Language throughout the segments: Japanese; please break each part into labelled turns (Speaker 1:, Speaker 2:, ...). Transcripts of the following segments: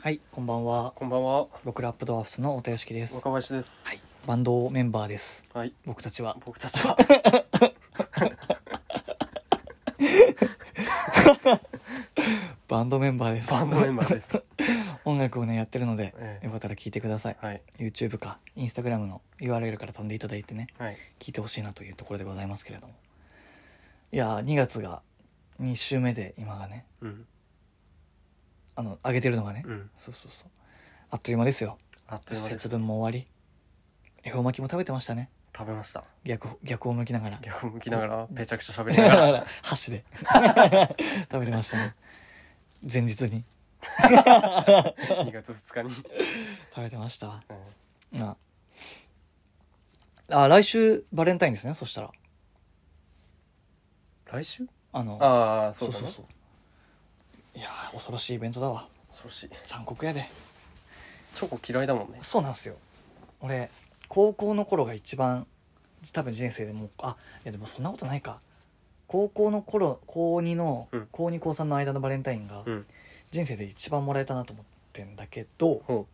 Speaker 1: はい、こんばんは。
Speaker 2: こんばんは、
Speaker 1: 僕ラップドアフスの太田しきです。
Speaker 2: 若林で
Speaker 1: はい
Speaker 2: す。、
Speaker 1: バンドメンバーです。
Speaker 2: はい、
Speaker 1: 僕たちは。
Speaker 2: 僕たちは。
Speaker 1: バンドメンバーです。
Speaker 2: バンドメンバーです。
Speaker 1: 音楽をね、やってるので、
Speaker 2: ええ
Speaker 1: よかったら聞いてください。
Speaker 2: はい、
Speaker 1: YouTube か Instagram の URL から飛んでいただいてね、
Speaker 2: はい、
Speaker 1: 聞いてほしいなというところでございますけれども。いやー、2月が2週目で、今がね、
Speaker 2: うん、
Speaker 1: あの、上げてるのがね、
Speaker 2: うん、
Speaker 1: そうそうそう。あっという間ですよ。
Speaker 2: あっという間で
Speaker 1: 節
Speaker 2: す。
Speaker 1: 分も終わり。恵方巻きも食べてましたね。
Speaker 2: 食べました。
Speaker 1: 逆、逆を向きながら。
Speaker 2: 逆向きながら、めちゃくちゃ喋り
Speaker 1: だ
Speaker 2: なが。
Speaker 1: からら箸で食べてましたね前日に
Speaker 2: 2月2日に。
Speaker 1: 食べてましたわ
Speaker 2: うん
Speaker 1: なああ来週バレンタインですねそしたら
Speaker 2: 来週
Speaker 1: あの
Speaker 2: ああ、そうだね。
Speaker 1: そうそういやー恐ろしいイベントだわ
Speaker 2: 恐ろしい。
Speaker 1: 残酷やで
Speaker 2: チョコ嫌いだもんね。
Speaker 1: そうなんですよ俺高校の頃が一番多分人生でもうあいやでもそんなことないか高校の頃高2の、
Speaker 2: うん
Speaker 1: 高2高3の間のバレンタインが、
Speaker 2: うん
Speaker 1: 人生で一番もらえたなと思ってんだけど、
Speaker 2: ほう、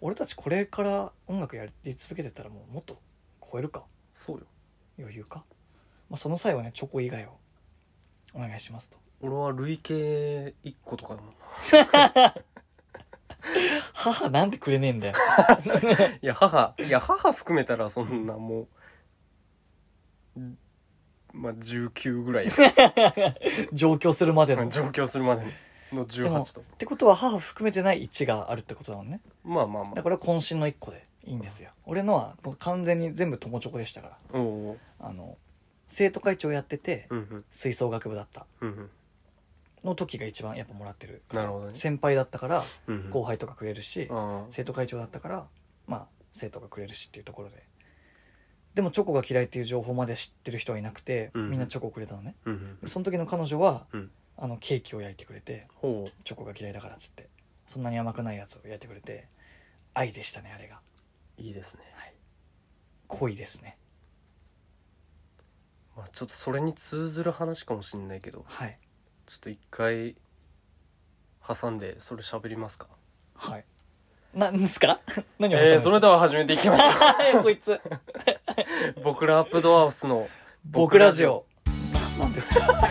Speaker 1: 俺たちこれから音楽やり続けてたらもうもっと超えるか
Speaker 2: そうよ。
Speaker 1: 余裕か、まあ、その際はねチョコ以外をお願いしますと
Speaker 2: 俺は累計1個とかだもんな。
Speaker 1: 母なんてくれねえ んだよ
Speaker 2: いや、母、いや、母含めたら、そんなもう、んまあ、19ぐら いや。
Speaker 1: 上京するまでのっ
Speaker 2: 上京するまでの18と。
Speaker 1: てことは母含めてない1があるってことだもんね
Speaker 2: まあまあま
Speaker 1: だからこれは渾身の1個でいいんですよ俺のはもう完全に全部友チョコでしたから
Speaker 2: あ。おおう。
Speaker 1: あの生徒会長やってて
Speaker 2: うんうん。
Speaker 1: 吹奏楽部だった
Speaker 2: うんうん。
Speaker 1: の時が一番やっぱもらってる
Speaker 2: なるほどね。
Speaker 1: 先輩だったから
Speaker 2: うんうん
Speaker 1: 後輩とかくれるし、
Speaker 2: あ
Speaker 1: 生徒会長だったからまあ生徒がくれるしっていうところででもチョコが嫌いっていう情報まで知ってる人はいなくて、
Speaker 2: うん
Speaker 1: みんなチョコをくれたのね
Speaker 2: あ、うん
Speaker 1: その時の彼女は、
Speaker 2: うん
Speaker 1: あのケーキを焼いてくれて
Speaker 2: ほう
Speaker 1: チョコが嫌いだからっつってそんなに甘くないやつを焼いてくれて愛でしたねあれが
Speaker 2: いいですね、
Speaker 1: 恋ですね
Speaker 2: まあ、ちょっとそれに通ずる話かもしれないけど
Speaker 1: はい
Speaker 2: ちょっと一回挟んでそれ喋りますか
Speaker 1: はいなんですか 何を挟んだん
Speaker 2: え
Speaker 1: で
Speaker 2: ー、
Speaker 1: す
Speaker 2: そ
Speaker 1: か
Speaker 2: れでは始めていきましょ
Speaker 1: こいつ
Speaker 2: う僕らアップドアースの
Speaker 1: 僕ラジオ何なんですか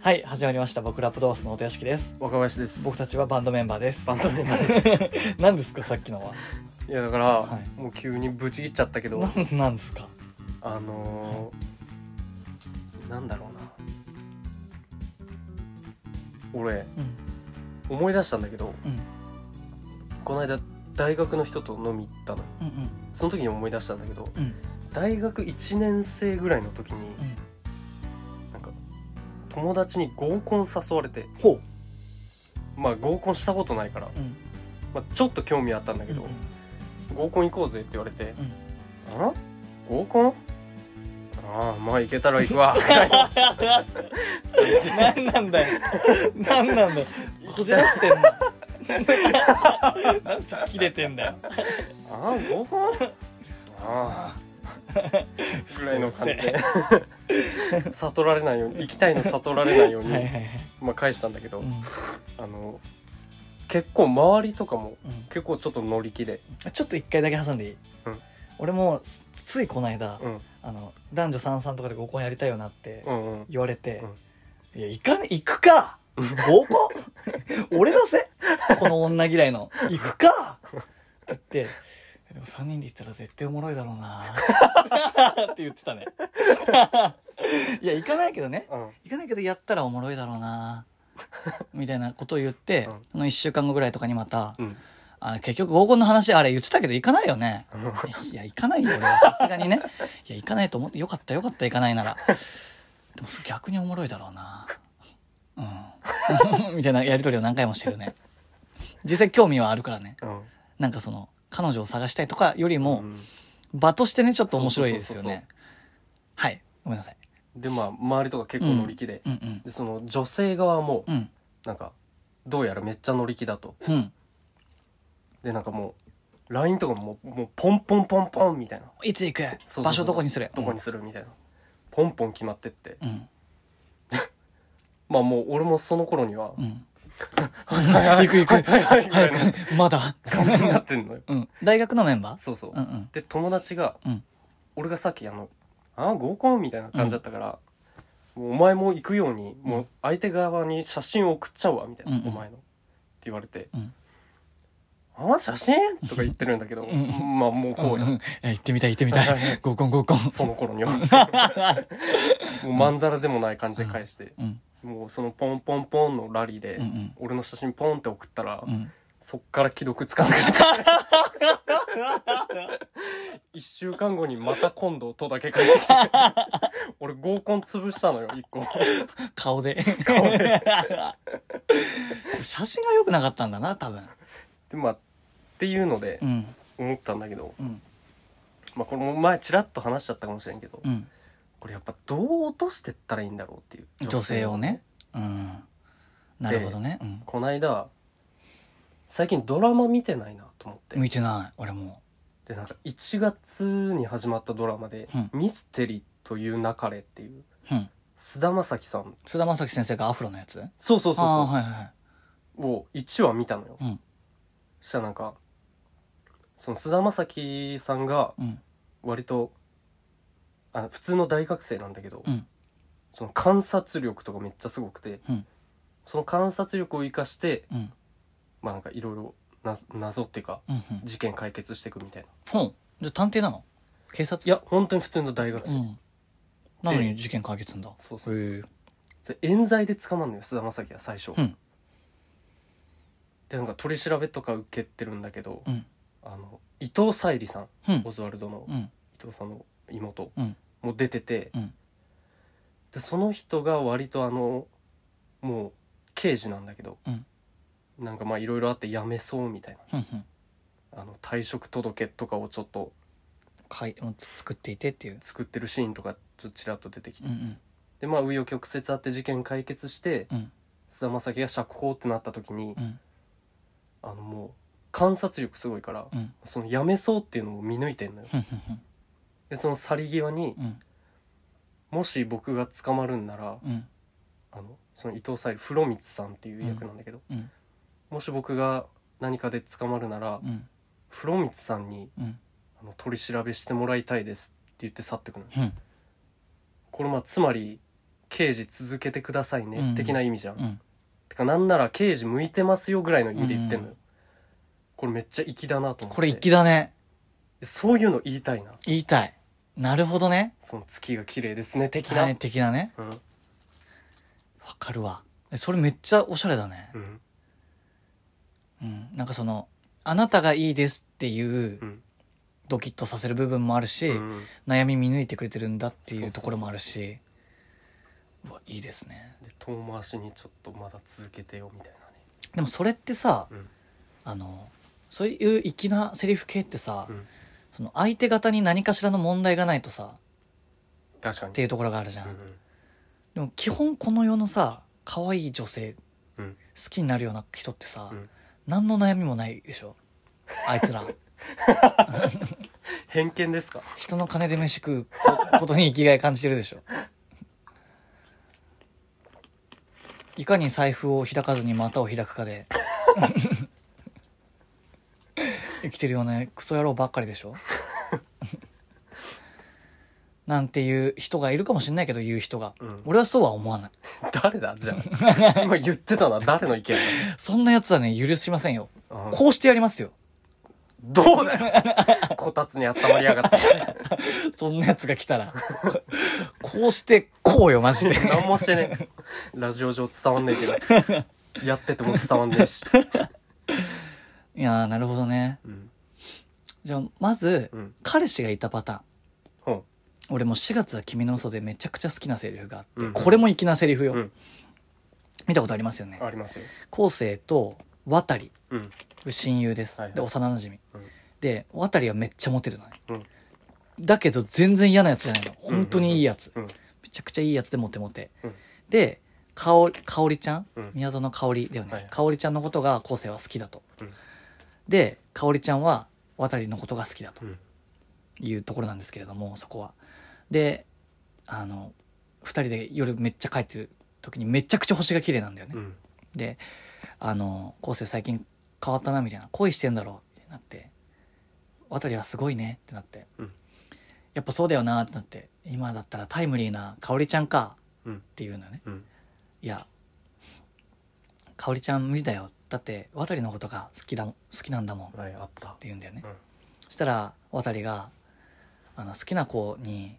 Speaker 1: はい始まりました僕ラップドースのお手屋敷です
Speaker 2: 若林です
Speaker 1: 僕たちはバンドメンバーです
Speaker 2: バンドメンバー で す
Speaker 1: 何ですかさっきのはい
Speaker 2: やだから、
Speaker 1: い
Speaker 2: もう急にブチ切っちゃったけど
Speaker 1: 何なんですか
Speaker 2: あのー、なんだろうな俺
Speaker 1: うん
Speaker 2: 思い出したんだけど
Speaker 1: うん
Speaker 2: この間大学の人と飲み行ったの
Speaker 1: うん
Speaker 2: その時に思い出したんだけど
Speaker 1: うんうん
Speaker 2: 大学1年生ぐらいの時に
Speaker 1: うん
Speaker 2: なんか友達に合コン誘われて
Speaker 1: ほう
Speaker 2: まあ合コンしたことないから、
Speaker 1: うん
Speaker 2: まあ、ちょっと興味あったんだけど、合コン行こうぜって言われて
Speaker 1: うん
Speaker 2: 「あら合コンああまあ行けたら行 くわ」みたいな
Speaker 1: 何なんだよ何なんだよこじらせてんのなんちょっと切れてんだよ
Speaker 2: 「ああ合コンああ」ぐらいの感じで悟られないように行きたいの悟られないよう
Speaker 1: は
Speaker 2: に
Speaker 1: いはいはい
Speaker 2: まあ返したんだけど、
Speaker 1: うん
Speaker 2: あの結構周りとかも
Speaker 1: うん
Speaker 2: 結構ちょっと乗り気で、
Speaker 1: ちょっと一回だけ挟んでいい
Speaker 2: うん
Speaker 1: 俺もつついこの間
Speaker 2: うん、
Speaker 1: あの男女三三とかで合コンやりたいよなって
Speaker 2: うんうん
Speaker 1: 言われていや行かね行くか合 コン俺だぜこの女嫌いの行くかって言ってでも3人で行ったら絶対おもろいだろうなって言ってたねいや行かないけどね
Speaker 2: うん
Speaker 1: 行かないけどやったらおもろいだろうなみたいなことを言って、
Speaker 2: うん
Speaker 1: その1週間後ぐらいとかにまた、
Speaker 2: うん
Speaker 1: あの結局合コンの話あれ言ってたけど行かないよねいや行かないよ俺はさすがにねいや行かないと思ってよかったよかった行かないならでもそれ逆におもろいだろうなうん みたいなやり取りを何回もしてるね実際興味はあるからね
Speaker 2: うん
Speaker 1: なんかその彼女を探したいとかよりも、
Speaker 2: うん
Speaker 1: 場としてねちょっと面白いですよねはいごめんなさい
Speaker 2: でまあ周りとか結構乗り気で,、
Speaker 1: うんうん
Speaker 2: でその女性側も
Speaker 1: うん
Speaker 2: なんかどうやらめっちゃ乗り気だと
Speaker 1: うん
Speaker 2: でなんかもう LINE とかももうポンポンポンポンみたいな
Speaker 1: いういつ行く
Speaker 2: そうそうそう
Speaker 1: 場所どこにする
Speaker 2: どこにするみたいなポンポン決まってって
Speaker 1: うん
Speaker 2: まあもう俺もその頃には
Speaker 1: うん
Speaker 2: はい
Speaker 1: 行く行く
Speaker 2: はいはいみたいな
Speaker 1: 早く まだ
Speaker 2: 感じになってんのよ
Speaker 1: うん大学のメンバー
Speaker 2: そうそう
Speaker 1: うんうん
Speaker 2: で友達が、
Speaker 1: うん
Speaker 2: 俺がさっきあの「ああ合コン」みたいな感じだったから、もうお前も行くようにもう相手側に写真を送っちゃうわみたいな、
Speaker 1: うんうん
Speaker 2: お前のって言われて
Speaker 1: うん
Speaker 2: 「ああ写真?」とか言ってるんだけど、
Speaker 1: うん
Speaker 2: まあもうこうや、
Speaker 1: んんえ行ってみたい行ってみた
Speaker 2: はいはい
Speaker 1: い合コン合コン
Speaker 2: その頃 にはもうまんざらでもない感じで返して、
Speaker 1: うん
Speaker 2: もうそのポンポンポンのラリーで、
Speaker 1: うんうん
Speaker 2: 俺の写真ポンって送ったら、
Speaker 1: うん
Speaker 2: そっから既読つかなく なって1週間後にまた今度とだけ返ってき て俺合コン潰したのよ1個
Speaker 1: 顔で
Speaker 2: 顔
Speaker 1: 写真が良くなかったんだな多分
Speaker 2: でまあっていうので
Speaker 1: うん
Speaker 2: 思ったんだけど、
Speaker 1: うん
Speaker 2: まあ、これも前ちらっと話しちゃったかもしれんけど、
Speaker 1: うん
Speaker 2: これやっぱどう落としてったらいいんだろうっていう
Speaker 1: 女性をねうんなるほどねうん
Speaker 2: こないだ最近ドラマ見てないなと思って
Speaker 1: 見てない俺も
Speaker 2: でなんか1月に始まったドラマで
Speaker 1: うん
Speaker 2: 「ミステリーという流れ」っていう
Speaker 1: うん
Speaker 2: 菅田将暉さん
Speaker 1: 菅田将暉先生がアフロのやつ
Speaker 2: そうそ
Speaker 1: あ
Speaker 2: うそうそ
Speaker 1: あ
Speaker 2: う
Speaker 1: はいはいはい
Speaker 2: を1話見たのよ、
Speaker 1: うん
Speaker 2: そしたらなんかその菅田将暉さんが
Speaker 1: うん
Speaker 2: 割とあの普通の大学生なんだけど、
Speaker 1: うん
Speaker 2: その観察力とかめっちゃすごくて、
Speaker 1: うん
Speaker 2: その観察力を生かして
Speaker 1: うん
Speaker 2: まあなんかいろいろな謎っていうか
Speaker 1: うんうん
Speaker 2: 事件解決していくみたいな
Speaker 1: ほうじゃあ探偵なの警察
Speaker 2: いや本当に普通の大学
Speaker 1: う
Speaker 2: 生、
Speaker 1: んなのに事件解決んだ
Speaker 2: そうそうそう
Speaker 1: へえ
Speaker 2: で冤罪で捕まるのよ菅田将暉は最初、
Speaker 1: うん
Speaker 2: でなんか取り調べとか受けてるんだけど、
Speaker 1: うん
Speaker 2: あの伊藤沙莉さん
Speaker 1: うん
Speaker 2: オズワルドの
Speaker 1: うん
Speaker 2: 伊藤さんの妹
Speaker 1: うん
Speaker 2: も出てて、
Speaker 1: うん
Speaker 2: でその人が割とあのもう刑事なんだけど、
Speaker 1: うん
Speaker 2: なんかまあいろいろあって辞めそうみたい
Speaker 1: うんうん
Speaker 2: なあの退職届とかをちょっと
Speaker 1: かい作っていてっていう
Speaker 2: 作ってるシーンとかちょっとちらっと出てきて、
Speaker 1: うん
Speaker 2: でまあ紆余曲折あって事件解決して
Speaker 1: うん
Speaker 2: 菅田将暉が釈放ってなった時に、
Speaker 1: うん
Speaker 2: あのもう観察力すごいから、
Speaker 1: うんうん
Speaker 2: その辞めそうっていうのを見抜いてんのよ
Speaker 1: うんうん
Speaker 2: でその去り際に
Speaker 1: うん
Speaker 2: もし僕が捕まるんなら、
Speaker 1: うん
Speaker 2: あのその伊藤沙莉風呂光さんっていう役なんだけど、
Speaker 1: うん
Speaker 2: もし僕が何かで捕まるなら、
Speaker 1: うん
Speaker 2: 風呂光さんに
Speaker 1: うん
Speaker 2: あの取り調べしてもらいたいですって言って去ってくの
Speaker 1: うん
Speaker 2: これまあつまり刑事続けてくださいね、
Speaker 1: うん
Speaker 2: 的な意味じゃん、
Speaker 1: うん
Speaker 2: てかなんなら刑事向いてますよぐらいの意味で言ってんのよ、
Speaker 1: う
Speaker 2: これめっちゃ粋だなと思って
Speaker 1: これ粋だね
Speaker 2: そういうの言いたいな
Speaker 1: 言いたいなるほどね
Speaker 2: その月が綺麗ですね的な、
Speaker 1: はい的なね
Speaker 2: うん
Speaker 1: わかるわえそれめっちゃおしゃれだね
Speaker 2: うん
Speaker 1: うんなんかそのあなたがいいですっていう
Speaker 2: うん
Speaker 1: ドキッとさせる部分もあるし、
Speaker 2: うん
Speaker 1: 悩み見抜いてくれてるんだってい
Speaker 2: そう
Speaker 1: うと
Speaker 2: そうそうそう
Speaker 1: ころもあるしうわいいですね
Speaker 2: で遠回しにちょっとまだ続けてよみたいなね
Speaker 1: でもそれってさ、
Speaker 2: うん
Speaker 1: あのそういう粋なセリフ系ってさ、
Speaker 2: うん
Speaker 1: その相手方に何かしらの問題がないとさ
Speaker 2: 確か
Speaker 1: っ
Speaker 2: に
Speaker 1: ていうところがあるじゃん、
Speaker 2: うんうん
Speaker 1: でも基本この世のさ可愛い女性、
Speaker 2: うん
Speaker 1: 好きになるような人ってさ、
Speaker 2: うん
Speaker 1: 何の悩みもないでしょあいつ ら
Speaker 2: 偏見ですか
Speaker 1: 人の金で飯食うことに生きがい感じてるでしょいかに財布を開かずに股を開くか で生きてるようなクソ野郎ばっかりでしょなんていう人がいるかもしれないけど言う人が
Speaker 2: うん
Speaker 1: 俺はそうは思わない
Speaker 2: 誰だじゃ あ今言ってたのは誰の意見
Speaker 1: そんなやつはね許しませんよ
Speaker 2: だ、うん
Speaker 1: こうしてやりますよ
Speaker 2: どうだ よこたつに温まりやが って
Speaker 1: そんなやつが来たら こうしてこうよマジで
Speaker 2: 何もしてねえラジオ上伝わんねえ けどやってても伝わんねえし
Speaker 1: いやーなるほどね
Speaker 2: うん
Speaker 1: じゃあまず
Speaker 2: うん
Speaker 1: 彼氏がいたパターン
Speaker 2: ほう
Speaker 1: 俺も4月は君の嘘でめちゃくちゃ好きなセリフがあって、
Speaker 2: うん
Speaker 1: これも粋なセリフよ、
Speaker 2: うん
Speaker 1: 見たことありますよね
Speaker 2: ありますよ
Speaker 1: 昴生と渡り
Speaker 2: うん
Speaker 1: 親友です、
Speaker 2: はいはい
Speaker 1: で幼なじみ、
Speaker 2: うん
Speaker 1: で渡りはめっちゃモテるのね、
Speaker 2: うん
Speaker 1: だけど全然嫌なやつじゃないの本当にいいやつ、
Speaker 2: うんうん
Speaker 1: ちゃくちゃいいやつでモテモテ、
Speaker 2: うん
Speaker 1: でかおかおりちゃん、
Speaker 2: うん
Speaker 1: 宮園かおりだよね、
Speaker 2: はいはい
Speaker 1: かおりちゃんのことが昴生は好きだと、
Speaker 2: うん
Speaker 1: でかおりちゃんは渡りのことが好きだと
Speaker 2: うん
Speaker 1: いうところなんですけれどもそこはであの2人で夜めっちゃ帰ってる時にめちゃくちゃ星が綺麗なんだよね、
Speaker 2: うん
Speaker 1: で「あの昴生最近変わったな」みたいな「恋してんだろ」ってなって「渡りはすごいね」ってなって、
Speaker 2: うん
Speaker 1: やっぱそうだよな」ってなって「今だったらタイムリーな香織ちゃんか」
Speaker 2: うん
Speaker 1: っていうのよね
Speaker 2: うん
Speaker 1: 「いや香織ちゃん無理だよだって渡りのことが好きだもん好きなんだもん」っ
Speaker 2: はいあった
Speaker 1: て言うんだよね、
Speaker 2: うん
Speaker 1: そしたら渡りがあの「好きな子に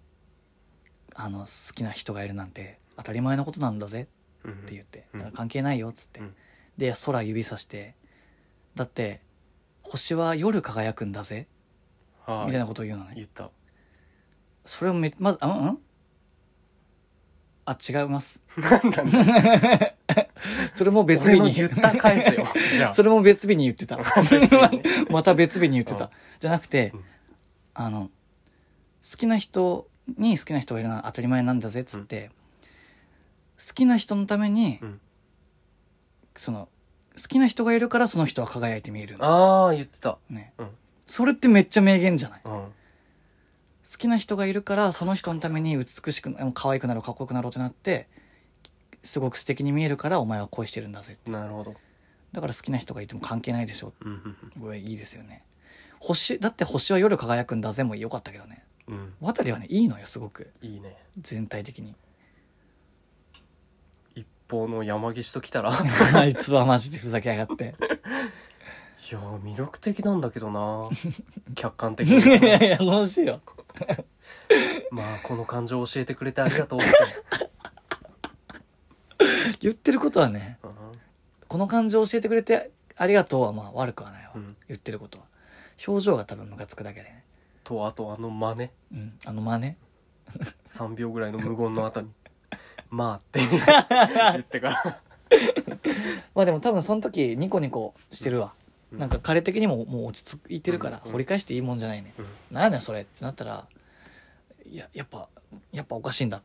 Speaker 1: あの好きな人がいるなんて当たり前のことなんだぜ」
Speaker 2: うん
Speaker 1: って言って「
Speaker 2: うん
Speaker 1: だから関係ないよ」っつって、
Speaker 2: うん
Speaker 1: で空指さして「だって星は夜輝くんだぜ」
Speaker 2: は
Speaker 1: みたいなことを言うのね
Speaker 2: 言った
Speaker 1: それをめまず「あうんうん?」あ違います
Speaker 2: なんだ
Speaker 1: それも別
Speaker 2: 別
Speaker 1: 日
Speaker 2: に
Speaker 1: に
Speaker 2: 言った返せよ じゃあ
Speaker 1: それも別日に言ってた
Speaker 2: 別に
Speaker 1: また別日に言ってた、
Speaker 2: うん
Speaker 1: じゃなくて、
Speaker 2: うん
Speaker 1: あの好きな人に好きな人がいるのは当たり前なんだぜっつって、好きな人のために、
Speaker 2: うん
Speaker 1: その好きな人がいるからその人は輝いて見えるんだ
Speaker 2: ああ言ってた
Speaker 1: ね、
Speaker 2: うん
Speaker 1: それってめっちゃ名言じゃない
Speaker 2: うん
Speaker 1: 好きな人がいるからその人のために美しくな可愛くなろうかっこよくなろうってなってすごく素敵に見えるからお前は恋してるんだぜって
Speaker 2: なるほど
Speaker 1: だから好きな人がいても関係ないでしょ
Speaker 2: うん
Speaker 1: これいいですよね星だって星は夜輝くんだぜも良かったけどね
Speaker 2: うんうん
Speaker 1: 渡りはねいいのよすごく
Speaker 2: いいね
Speaker 1: 全体的に
Speaker 2: 一方の山岸と来たらい
Speaker 1: あいつはマジでふざけやがって
Speaker 2: やー魅力的なんだけどな 客観的
Speaker 1: いや
Speaker 2: に
Speaker 1: いや楽しいよ
Speaker 2: まあこの感情を教えてくれてありがとう
Speaker 1: 言ってることはねこの感情教えてくれてありがとうはまあ悪くはないわ、
Speaker 2: うんうん
Speaker 1: 言ってることは表情が多分ムカつくだけでね
Speaker 2: とあとあの真似
Speaker 1: うんあの真似
Speaker 2: 3秒ぐらいの無言の後に 「まあ」って 言ってから
Speaker 1: まあでも多分その時ニコニコしてるわ、
Speaker 2: うん
Speaker 1: なんか彼的にももう落ち着いてるから
Speaker 2: うん
Speaker 1: 掘り返していいもんじゃないね、
Speaker 2: うん
Speaker 1: なんやねんそれってなったらいややっぱやっぱおかしい んだ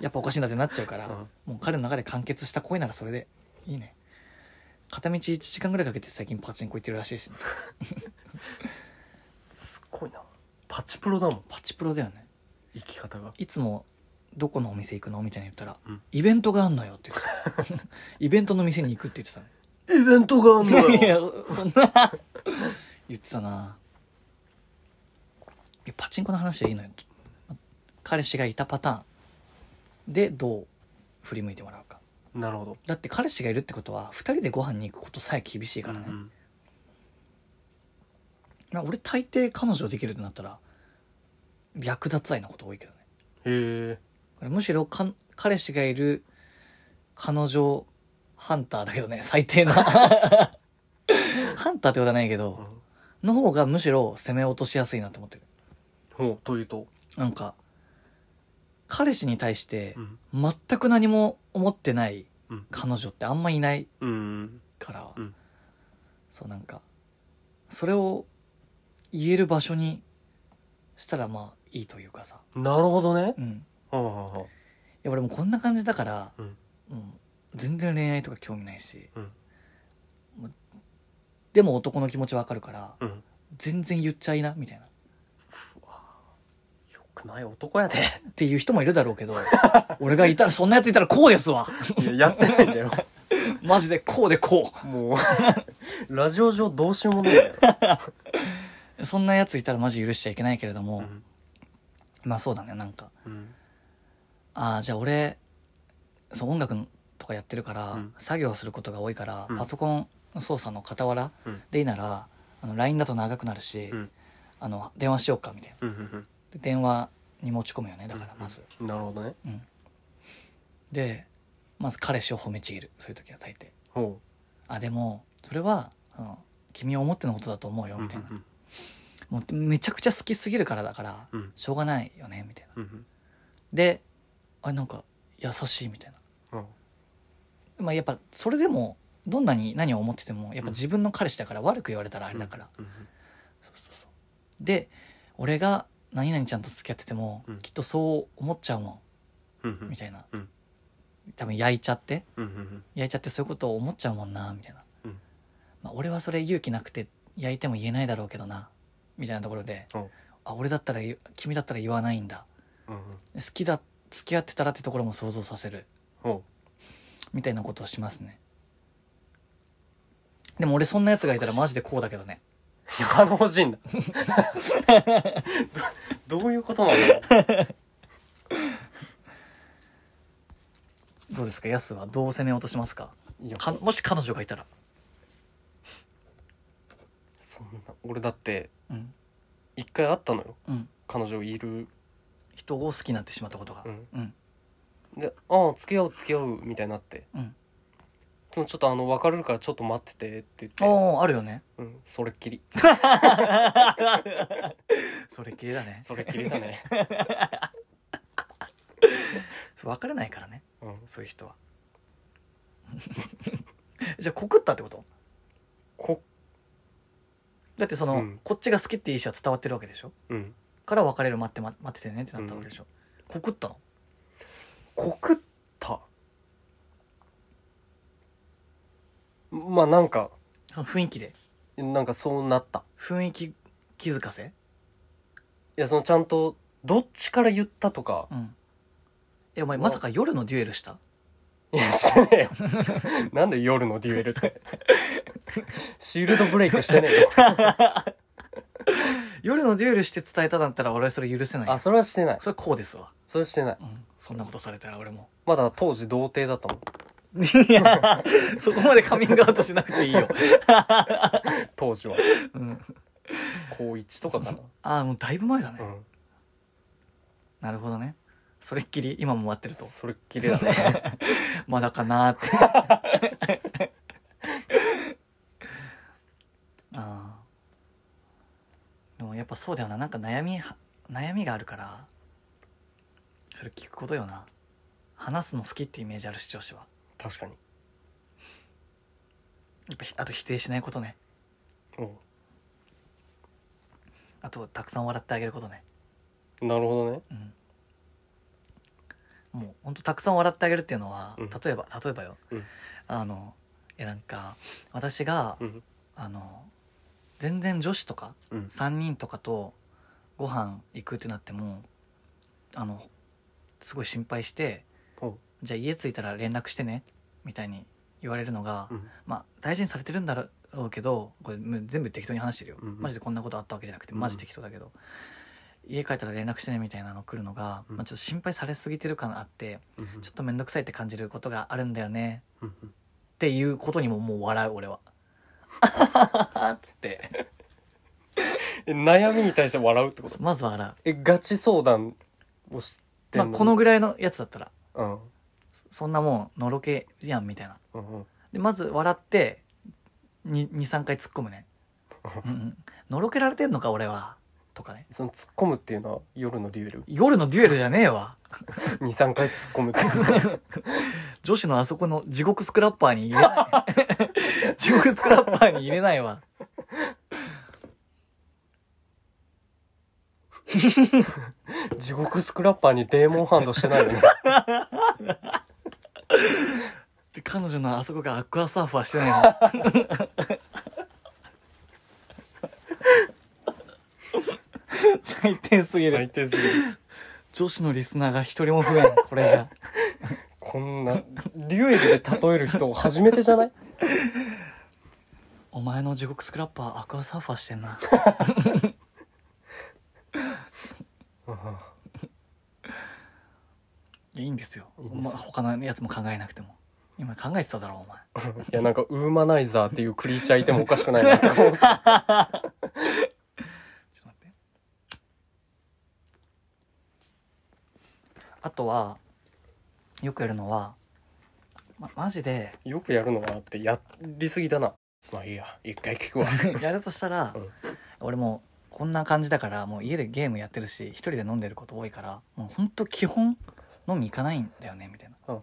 Speaker 1: やっぱおかしいんだってなっちゃうから、
Speaker 2: うん
Speaker 1: もう彼の中で完結した恋ならそれでいいね片道1時間ぐらいかけて最近パチンコ行ってるらしいし、
Speaker 2: すっごいなパチプロだもん
Speaker 1: パチプロだよね
Speaker 2: 生き方が
Speaker 1: いつもどこのお店行くのみたいに言ったら、
Speaker 2: うん
Speaker 1: イベントがあんのよって言ってた イベントの店に行くって言ってたの
Speaker 2: イベントがあんの
Speaker 1: いや
Speaker 2: よ
Speaker 1: そんな 言ってたないやパチンコの話はいいのよ彼氏がいたパターンでどう振り向いてもらうか
Speaker 2: なるほど
Speaker 1: だって彼氏がいるってことは2人でご飯に行くことさえ厳しいからね、
Speaker 2: うん
Speaker 1: まあ俺大抵彼女できるってなったら略奪愛のこと多いけどね
Speaker 2: へえ
Speaker 1: これむしろかん彼氏がいる彼女ハンターだけどね最 低なハンターってことはないけど、
Speaker 2: うん
Speaker 1: の方がむしろ攻め落としやすいなと思ってる
Speaker 2: ほうというと
Speaker 1: なんか彼氏に対して
Speaker 2: うん
Speaker 1: 全く何も思ってない
Speaker 2: うん
Speaker 1: 彼女ってあんまいない
Speaker 2: うん
Speaker 1: から、
Speaker 2: うん
Speaker 1: そうなんかそれを言える場所にしたらまあいいというかさ
Speaker 2: なるほどね
Speaker 1: うん
Speaker 2: はあはあはい
Speaker 1: や俺もうこんな感じだから、
Speaker 2: うん
Speaker 1: もう全然恋愛とか興味ないし、
Speaker 2: うん
Speaker 1: もうでも男の気持ちわかるから
Speaker 2: あうん
Speaker 1: 全然言っちゃいなみたいな
Speaker 2: よくない男やで
Speaker 1: っていう人もいるだろうけど 俺がいたらそんなやついたらこうですわ
Speaker 2: いややってないんだよ
Speaker 1: マジでこうでこ
Speaker 2: もうラジオ上どうしようもないんだよ、
Speaker 1: うそんなやついたらマジ許しちゃいけないけれども、
Speaker 2: うん
Speaker 1: まあそうだねなんか
Speaker 2: うん
Speaker 1: ああじゃあ俺そう音楽とかやってるから、
Speaker 2: うん
Speaker 1: 作業することが多いから、
Speaker 2: うん
Speaker 1: パソコン操作の傍ら
Speaker 2: うん
Speaker 1: でいいなら、あの LINE だと長くなるし、
Speaker 2: うん
Speaker 1: あの電話しようかみたいな
Speaker 2: うんうん
Speaker 1: で電話に持ち込むよねだから
Speaker 2: うん
Speaker 1: まず、
Speaker 2: うんなるほどね
Speaker 1: でまず彼氏を褒めちぎるそういう時は大抵
Speaker 2: ほ
Speaker 1: あでもそれはあの君を思ってのことだと思うよ
Speaker 2: う
Speaker 1: みたいな、
Speaker 2: うん
Speaker 1: もうめちゃくちゃ好きすぎるからだから、
Speaker 2: うん
Speaker 1: しょうがないよねみたいな
Speaker 2: うん
Speaker 1: であなんか優しいみたいな
Speaker 2: うん
Speaker 1: まあやっぱそれでもどんなに何を思っててもやっぱ自分の彼氏だから悪く言われたらあれだから、
Speaker 2: うん
Speaker 1: そうそうそうで俺が何々ちゃんと付き合ってても、
Speaker 2: うん
Speaker 1: きっとそう思っちゃうもん
Speaker 2: うんうん
Speaker 1: みたいな、
Speaker 2: うん
Speaker 1: 多分焼いちゃって
Speaker 2: うんうん
Speaker 1: 焼いちゃってそういうことを思っちゃうもんなみたいな、
Speaker 2: うん
Speaker 1: まあ、俺はそれ勇気なくて焼いても言えないだろうけどなみたいなところで、
Speaker 2: うん
Speaker 1: あ俺だったら言う君だったら言わないんだ
Speaker 2: うんうん
Speaker 1: 好きだ付き合ってたらってところも想像させる
Speaker 2: ほ
Speaker 1: みたいなことをしますねでも俺そんなやつがいたらマジでこうだけどね
Speaker 2: ういやあの欲しいんだどどういうことなんだろう
Speaker 1: どうですかヤスはどう攻め落としますか
Speaker 2: いや
Speaker 1: かもし彼女がいたら
Speaker 2: そんな俺だって
Speaker 1: うん
Speaker 2: 一回会ったのよ
Speaker 1: うん
Speaker 2: 彼女いる
Speaker 1: 人を好きになってしまったことが
Speaker 2: うん
Speaker 1: うん
Speaker 2: で「ああ付き合う付き合う」みたいになって
Speaker 1: うん
Speaker 2: 「でもちょっとあの別れるからちょっと待ってて」って言って、
Speaker 1: おーあるよね
Speaker 2: うん、それっきり
Speaker 1: それっきりだね
Speaker 2: それっきりだね、
Speaker 1: 分からないからね
Speaker 2: うん、
Speaker 1: そういう人は じゃあ告ったってこと
Speaker 2: こ
Speaker 1: だってその、
Speaker 2: うん
Speaker 1: こっちが好きっていう意思は伝わってるわけでしょ
Speaker 2: うん
Speaker 1: から別れる待ってま待っててねってなったわけでしょ、告ったの
Speaker 2: 告ったまあなんか
Speaker 1: その雰囲気で
Speaker 2: なんかそうなった
Speaker 1: 雰囲気気づかせ
Speaker 2: いやそのちゃんとどっちから言ったとか
Speaker 1: うんえお前まさか夜のデュエルした
Speaker 2: いやしてねえ よなんで夜のデュエルってシールドブレイクしてねえ よ
Speaker 1: 夜のデュエルして伝えたんだったら俺はそれ許せない
Speaker 2: あそれはしてない
Speaker 1: それこうですわ、
Speaker 2: それはしてない
Speaker 1: うん、そんなことされたら俺 も
Speaker 2: まだ当時童貞だったもん
Speaker 1: いやそこまでカミングアウトしなくていいよ、
Speaker 2: 当時は
Speaker 1: うん、
Speaker 2: 高1とかかな
Speaker 1: ああもうだいぶ前だね、
Speaker 2: うん
Speaker 1: なるほどねそれっきり今も待ってると
Speaker 2: それっきりだね
Speaker 1: まだかなーってあーでもやっぱそうだよななんか悩みは悩みがあるからそれ聞くことよな話すの好きってイメージある視聴者は
Speaker 2: 確かに
Speaker 1: やっぱひあと否定しないことね
Speaker 2: う
Speaker 1: あとたくさん笑ってあげることね
Speaker 2: んなるほどね
Speaker 1: うんもうほんとたくさん笑ってあげるっていうのは、
Speaker 2: うん
Speaker 1: 例えば例えばよ、
Speaker 2: うん
Speaker 1: あのいやなんか私が、
Speaker 2: うん
Speaker 1: あの全然女子とか
Speaker 2: うん
Speaker 1: 3人とかとご飯行くってなってもあのすごい心配して
Speaker 2: おう
Speaker 1: 「じゃあ家着いたら連絡してね」みたいに言われるのが、
Speaker 2: うん
Speaker 1: まあ大事にされてるんだろうけどこれむ全部適当に話してるよ、
Speaker 2: うんうん
Speaker 1: マジでこんなことあったわけじゃなくて
Speaker 2: うん
Speaker 1: マジ適当だけど、家帰ったら連絡してねみたいなの来るのが、
Speaker 2: うん
Speaker 1: まあ、ちょっと心配されすぎてる感あって
Speaker 2: うん
Speaker 1: ちょっと面倒くさいって感じることがあるんだよね
Speaker 2: うんうん
Speaker 1: っていうことにももう笑う俺 は。っつって
Speaker 2: え悩みに対して笑うってこと
Speaker 1: まずは笑う。
Speaker 2: えガチ相談をして
Speaker 1: まあ、このぐらいのやつだったら
Speaker 2: らいうん
Speaker 1: そんなもんのろけやんみたいな
Speaker 2: うんうん
Speaker 1: でまず笑って23回突っ込 むねうんうんのろけられてんのか俺はとかね
Speaker 2: その突っ込むっていうのは夜の デュエル
Speaker 1: 夜のデュエルじゃねえわ
Speaker 2: 23回突っ込むっていう
Speaker 1: 女子のあそこの地獄スクラッパーに入れない 地獄スクラッパーに入れないわ
Speaker 2: 地獄スクラッパーにデーモンハンドしてないよね
Speaker 1: で彼女のあそこがアクアサーファーしてないの最低すぎる
Speaker 2: 最低すぎる
Speaker 1: 女子のリスナーが一人も増えんこれじゃ
Speaker 2: こんなデュエルで例える人初めてじゃない
Speaker 1: お前の地獄スクラッパーアクアサーファーしてんないやいいんですよ
Speaker 2: いいんですよ
Speaker 1: まあ、他のやつも考えなくても今考えてただろお前
Speaker 2: いやなんかウーマナイザーっていうクリーチャーいてもおかしくな いなと思って
Speaker 1: ちょっと待ってあとはよくやるのは、ま、マジ で
Speaker 2: よくやるのかなってやりすぎだなまあいいや一回聞くわ
Speaker 1: やるとしたら、
Speaker 2: うん
Speaker 1: 俺もうこんな感じだからもう家でゲームやってるし一人で飲んでること多いからもうほんと基本飲み行かないんだよねみたいな、
Speaker 2: うん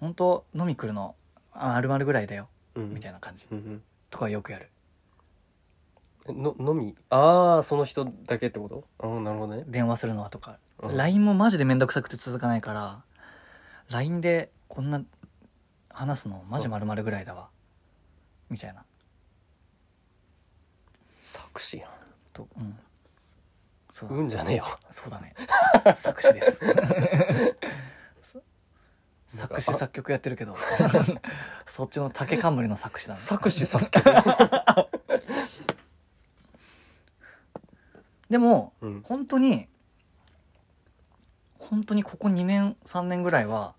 Speaker 1: ほんと飲み来るのああるまるぐらいだよ
Speaker 2: うん
Speaker 1: みたいな感じ
Speaker 2: うん
Speaker 1: とかよくやる
Speaker 2: うんののみああその人だけってことああなるほどね
Speaker 1: 電話するのはとか
Speaker 2: うん
Speaker 1: LINE もマジで面倒くさくて続かないから LINE でこんな話すのマジまるぐらいだわみたいな
Speaker 2: 作詞やん
Speaker 1: とうんそう
Speaker 2: うんじゃねえよ
Speaker 1: そうだね作詞 ですそ作詞作曲やってるけ どそっちの竹冠の作詞だね
Speaker 2: 作詞作曲
Speaker 1: でも
Speaker 2: うん
Speaker 1: 本当に本当にここ2年3年ぐらいは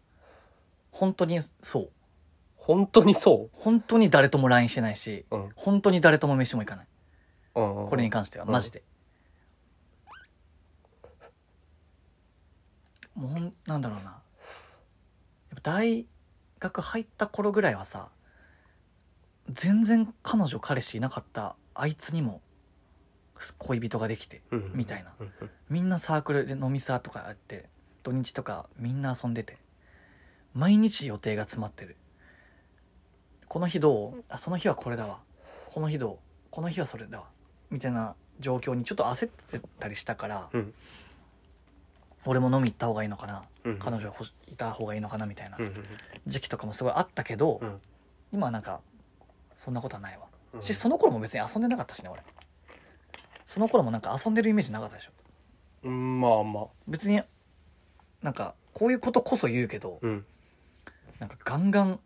Speaker 1: 本当にそう
Speaker 2: 本当にそ
Speaker 1: 本当に誰とも LINE してないし
Speaker 2: ううん
Speaker 1: 本当に誰とも飯も行かない
Speaker 2: こ
Speaker 1: これに関しては
Speaker 2: うん
Speaker 1: マジで、もうほんなんだろうなやっぱ大学入った頃ぐらいはさ全然彼女彼氏いなかったあいつにも恋人ができてみたいな
Speaker 2: うんうん
Speaker 1: みんなサークルで飲みサーとかあって土日とかみんな遊んでて毎日予定が詰まってるこの日どうあその日はこれだわこの日どうこの日はそれだわみたいな状況にちょっと焦ってたりしたから、
Speaker 2: うん
Speaker 1: 俺も飲み行った方がいいのかな、
Speaker 2: うん
Speaker 1: 彼女がほしいた方がいいのかなみたいな
Speaker 2: うんうん
Speaker 1: 時期とかもすごいあったけど、
Speaker 2: うん
Speaker 1: 今はなんかそんなことはないわ、
Speaker 2: うん
Speaker 1: しその頃も別に遊んでなかったしね俺その頃もなんか遊んでるイメージなかったでしょ
Speaker 2: うんまあまあ
Speaker 1: 別になんかこういうことこそ言うけど
Speaker 2: うん
Speaker 1: なんかガンガン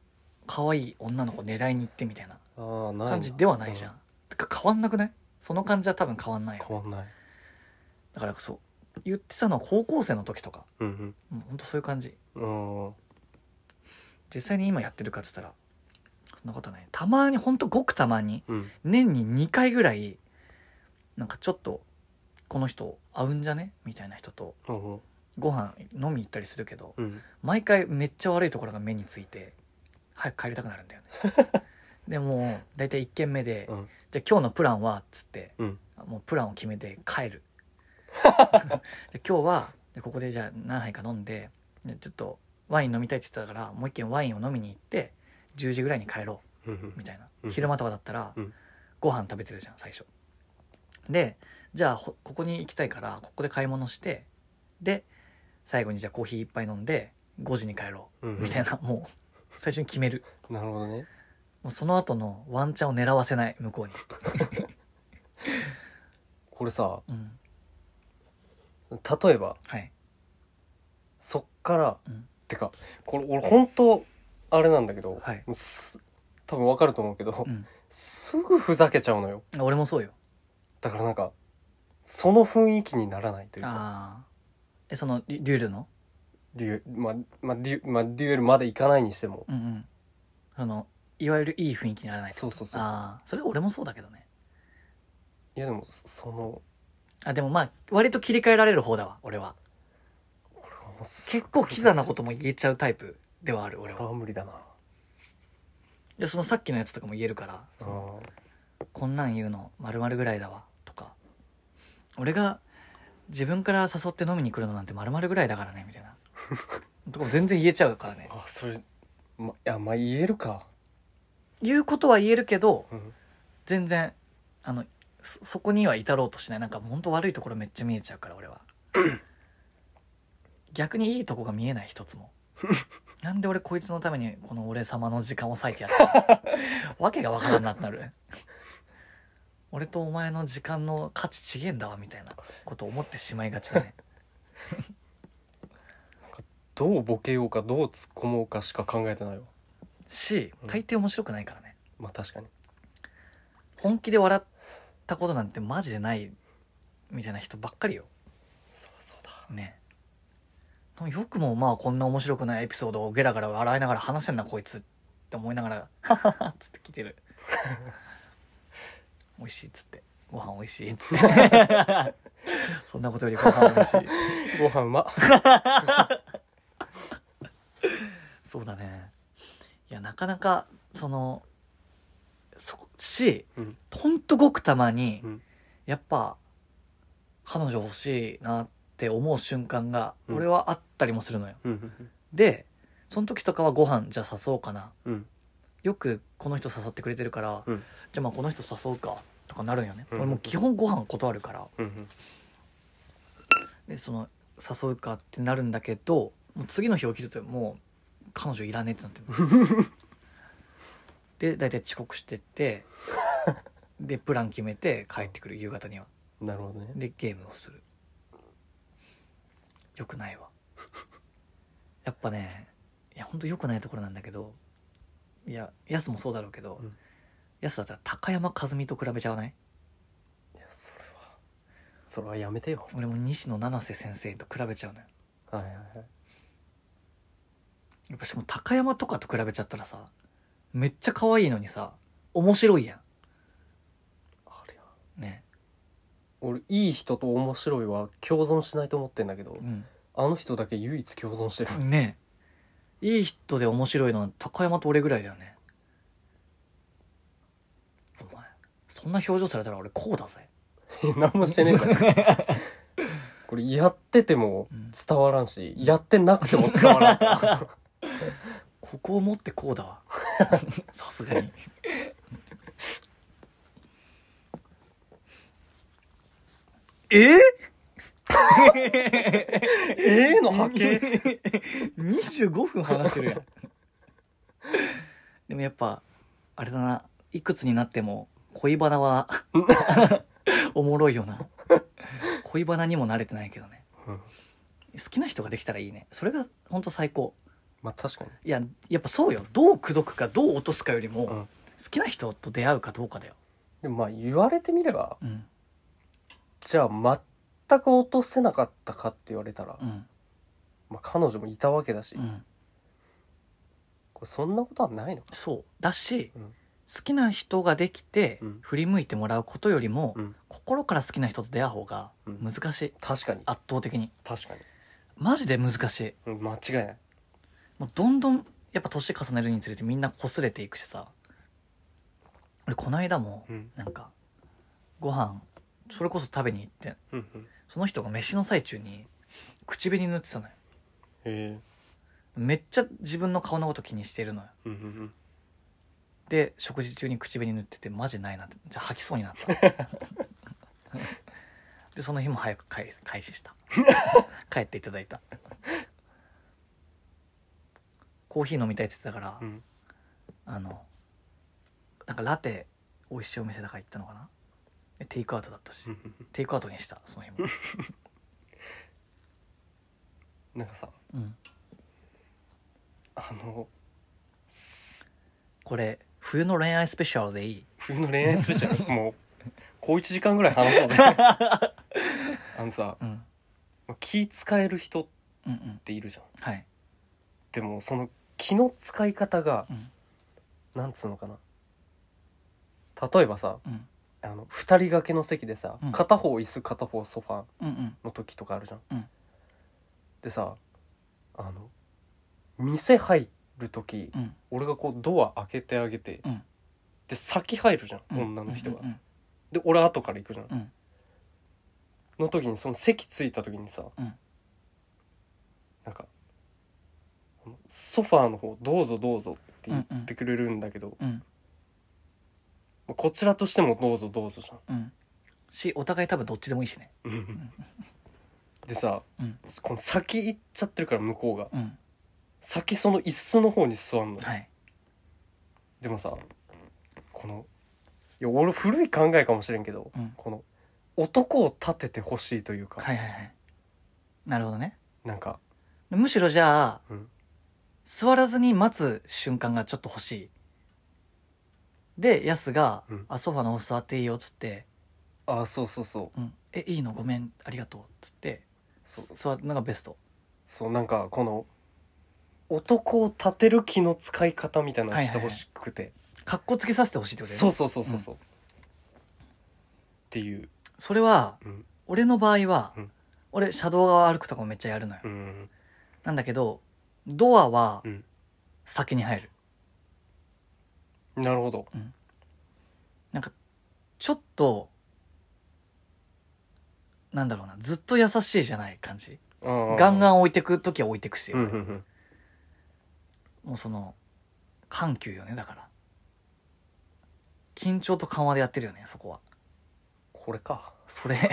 Speaker 1: 可愛い女の子狙いに行ってみたいな
Speaker 2: あーないな
Speaker 1: 感じではないじゃんてか変わんなくないその感じは多分変わんないよ
Speaker 2: 変わんない
Speaker 1: だからそう言ってたのは高校生の時とか
Speaker 2: うん
Speaker 1: もうほんとそういう感じ
Speaker 2: うんうん
Speaker 1: 実際に今やってるかっつったらそんなことないたまにほんとごくたまに
Speaker 2: うん
Speaker 1: 年に2回ぐらいなんかちょっとこの人合うんじゃねみたいな人と
Speaker 2: うん
Speaker 1: ご飯飲み行ったりするけど
Speaker 2: うん
Speaker 1: 毎回めっちゃ悪いところが目について早く帰りたくなるんだよね でもう大体1軒目で「
Speaker 2: うん
Speaker 1: じゃあ今日のプランは?」っつって、
Speaker 2: うん
Speaker 1: もうプランを決めて帰 るで今日はでここでじゃあ何杯か飲んででちょっとワイン飲みたいって言ってたからもう一軒ワインを飲みに行って10時ぐらいに帰ろ
Speaker 2: うんう
Speaker 1: うんみたいな、
Speaker 2: うん
Speaker 1: 昼間とかだったら、
Speaker 2: うん
Speaker 1: ご飯食べてるじゃん最初でじゃあほここに行きたいからここで買い物してで最後にじゃあコーヒー一杯飲んで5時に帰ろ
Speaker 2: うんう
Speaker 1: うんみたいな、もう最初に決める
Speaker 2: なるほどね
Speaker 1: もうその後のワンチャンを狙わせない向こうに、
Speaker 2: これさ
Speaker 1: うん、
Speaker 2: 例えば
Speaker 1: はい
Speaker 2: そっから、
Speaker 1: うん
Speaker 2: てかこれ俺本当あれなんだけど、
Speaker 1: はい
Speaker 2: もうす多分わかると思うけど、
Speaker 1: うん
Speaker 2: すぐふざけちゃうのよ
Speaker 1: 俺もそうよ
Speaker 2: だからなんかその雰囲気にならないというか
Speaker 1: ああえそのリデュエルの
Speaker 2: デュエまあ、まあ、デュまあデュエルまでいかないにしても
Speaker 1: うんうんそのいわゆるいい雰囲気にならないって
Speaker 2: そ
Speaker 1: こと
Speaker 2: うそうそうそう
Speaker 1: ああそれ俺もそうだけどね
Speaker 2: いやでもそその
Speaker 1: あでもまあ割と切り替えられる方だわ俺は
Speaker 2: これはもうす
Speaker 1: 結構キザなことも言えちゃうタイプではある俺
Speaker 2: こ
Speaker 1: は
Speaker 2: れは無理だない
Speaker 1: やそのさっきのやつとかも言えるから
Speaker 2: あ
Speaker 1: こんなん言うのまるぐらいだわとか俺が自分から誘って飲みに来るのなんてまるぐらいだからねみた いなとかも全然言えちゃうからね
Speaker 2: あそれまいやまあ言えるか
Speaker 1: 言うことは言えるけど
Speaker 2: うん
Speaker 1: 全然あのそそこには至ろうとしないなんか本当悪いところめっちゃ見えちゃうから俺 は逆にいいとこが見えない一つ もなんで俺こいつのためにこの俺様の時間を割いてやった のわけがわからんなくなる俺とお前の時間の価値ちげえんだわみたいなことを思ってしまいがちだ ね
Speaker 2: どうボケようかどう突っ込もうかしか考えてないわ
Speaker 1: し
Speaker 2: うん
Speaker 1: 大抵面白くないからね
Speaker 2: まあ確かに
Speaker 1: 本気で笑ったことなんてマジでないみたいな人ばっかりよ
Speaker 2: そりゃそうだ
Speaker 1: ねよくもまあこんな面白くないエピソードをゲラゲラ笑いながら話せんなこいつって思いながら 「ははは」っつって聞いてる 美味しいっつってご飯美味しいっつって そんなことよりご飯美味しい
Speaker 2: ご飯うまっ
Speaker 1: そうだねいやなかなかそのそし
Speaker 2: うん
Speaker 1: ほんとごくたまに、
Speaker 2: うん
Speaker 1: やっぱ彼女欲しいなって思う瞬間が
Speaker 2: うん
Speaker 1: 俺はあったりもするのよ、
Speaker 2: うんうん
Speaker 1: でその時とかはご飯じゃあ誘おうかな
Speaker 2: うん
Speaker 1: よくこの人誘ってくれてるから、
Speaker 2: うん
Speaker 1: じゃあまあこの人誘うかとかなるんよね、
Speaker 2: うん
Speaker 1: 俺もう基本ご飯断るから
Speaker 2: うんうん
Speaker 1: でその誘うかってなるんだけどもう次の日起きるともう彼女いらねえってなってるで 大体遅刻してってでプラン決めて帰ってくる夕方には
Speaker 2: なるほどね
Speaker 1: でゲームをするよくない わやっぱねいやほんとよくないところなんだけどいやヤスもそうだろうけど、
Speaker 2: うん
Speaker 1: ヤスだったら高山一実と比べちゃわない
Speaker 2: いやそれはそれはやめてよ
Speaker 1: 俺も西野七瀬先生と比べちゃうのよ
Speaker 2: はいはいはい
Speaker 1: やっぱしかも高山とかと比べちゃったらさめっちゃ可愛いのにさ面白いや
Speaker 2: あれや
Speaker 1: んね
Speaker 2: 俺いい人と面白いは共存しないと思ってんだけど
Speaker 1: うん
Speaker 2: あの人だけ唯一共存してる
Speaker 1: ねいい人で面白いのは高山と俺ぐらいだよねお前そんな表情されたら俺こうだぜ
Speaker 2: 何もしてねえじゃん これやってても伝わらんし、やってなくても伝わらんから
Speaker 1: ここを持ってこうだわさすがにえ
Speaker 2: えーの波形
Speaker 1: 25分話してるやん でもやっぱあれだないくつになっても恋バナ はおもろいよな恋バナにも慣れてないけどね
Speaker 2: うん
Speaker 1: 好きな人ができたらいいねそれが本当最高
Speaker 2: まあ確かに
Speaker 1: いややっぱそうよどう口説くかどう落とすかよりも、
Speaker 2: うん
Speaker 1: 好きな人と出会うかどうかだよ、
Speaker 2: でもまあ言われてみれば
Speaker 1: うん
Speaker 2: じゃあ全く落とせなかったかって言われたら、
Speaker 1: うん
Speaker 2: まあ、彼女もいたわけだし、
Speaker 1: うん、
Speaker 2: これそんなことはないのか
Speaker 1: そうだし、
Speaker 2: うん
Speaker 1: 好きな人ができて
Speaker 2: うん
Speaker 1: 振り向いてもらうことよりも、
Speaker 2: うん
Speaker 1: 心から好きな人と出会う方が難しい、
Speaker 2: 確かに
Speaker 1: 圧倒的に
Speaker 2: 確かに
Speaker 1: マジで難しい
Speaker 2: うん間違いない
Speaker 1: もうどんどんやっぱ年重ねるにつれてみんな擦れていくしさ俺この間も
Speaker 2: うん
Speaker 1: なんかご飯それこそ食べに行って
Speaker 2: うんうん
Speaker 1: その人が飯の最中に口紅塗ってたのよ
Speaker 2: へえ
Speaker 1: めっちゃ自分の顔のこと気にしてるのよ
Speaker 2: うんうんうん
Speaker 1: で食事中に口紅塗っててマジないなってじゃあ吐きそうになったでその日も早く開開始した 帰っていただいたコーヒー飲みたいって言ってたから、
Speaker 2: うん
Speaker 1: あのなんかラテ美味しいお店だから行ったのかなでテイクアウトだったし、
Speaker 2: うんうんうん
Speaker 1: テイクアウトにしたその日も、
Speaker 2: なんかさ
Speaker 1: うん、
Speaker 2: あの
Speaker 1: これ冬の恋愛スペシャルで いい
Speaker 2: 冬の恋愛スペシ ャルもう小1時間ぐらい話そうぜあのさ
Speaker 1: うん
Speaker 2: まあ気使える人っ
Speaker 1: うんうん
Speaker 2: ているじゃん
Speaker 1: はい、
Speaker 2: でもその気の使い方が
Speaker 1: うん
Speaker 2: なんつうのかな例えばさ
Speaker 1: うん、
Speaker 2: あの2人掛けの席でさ、
Speaker 1: うん
Speaker 2: 片方椅子片方ソファ
Speaker 1: うんうん
Speaker 2: の時とかあるじゃん、
Speaker 1: うん
Speaker 2: でさあの店入る時、
Speaker 1: うん
Speaker 2: 俺がこうドア開けてあげて、
Speaker 1: うん
Speaker 2: で先入るじゃん、
Speaker 1: うん
Speaker 2: 女の人が、
Speaker 1: うん
Speaker 2: で俺後から行くじゃん、
Speaker 1: うん
Speaker 2: の時にその席着いた時にさ、
Speaker 1: うん
Speaker 2: なんかあのソファーの方どうぞどうぞって言ってくれるんだけど、
Speaker 1: うんうん
Speaker 2: まあこちらとしてもどうぞどうぞじゃん
Speaker 1: うんしお互い多分どっちでもいいしね
Speaker 2: でさ、
Speaker 1: うん
Speaker 2: この先行っちゃってるから向こうが
Speaker 1: うん
Speaker 2: 先その椅子の方に座んの
Speaker 1: はい
Speaker 2: でもさこのいや俺古い考えかもしれんけど、
Speaker 1: うん
Speaker 2: この男を立ててほしいというか、
Speaker 1: はいはいはいなるほどね
Speaker 2: なんか
Speaker 1: むしろじゃあ、
Speaker 2: うん
Speaker 1: 座らずに待つ瞬間がちょっと欲しいでヤスが、
Speaker 2: うん
Speaker 1: あ「ソファの方座っていいよ」っつって
Speaker 2: ああそうそうそう
Speaker 1: 「うん、えいいのごめんありがとう」っつって
Speaker 2: そう
Speaker 1: 座るのがベスト
Speaker 2: そうなんかこの男を立てる気の使い方みたいなのをしてほしくて、
Speaker 1: かっこつけさせてほしいってことだよ
Speaker 2: そう
Speaker 1: ね
Speaker 2: そうそうそうそう、っていう
Speaker 1: それは、
Speaker 2: うん
Speaker 1: 俺の場合は、
Speaker 2: うん
Speaker 1: 俺車道側歩くとかもめっちゃやるのよ、
Speaker 2: うん
Speaker 1: なんだけどドアは
Speaker 2: うん
Speaker 1: 先に入る、
Speaker 2: なるほど
Speaker 1: ちょっとなんだろうなずっと優しいじゃない感じガンガ
Speaker 2: ン
Speaker 1: ン置いてく時は置いてくし、
Speaker 2: うんうんうん
Speaker 1: もうその緩急よねだから緊張と緩和でやってるよねそこは
Speaker 2: これか
Speaker 1: それ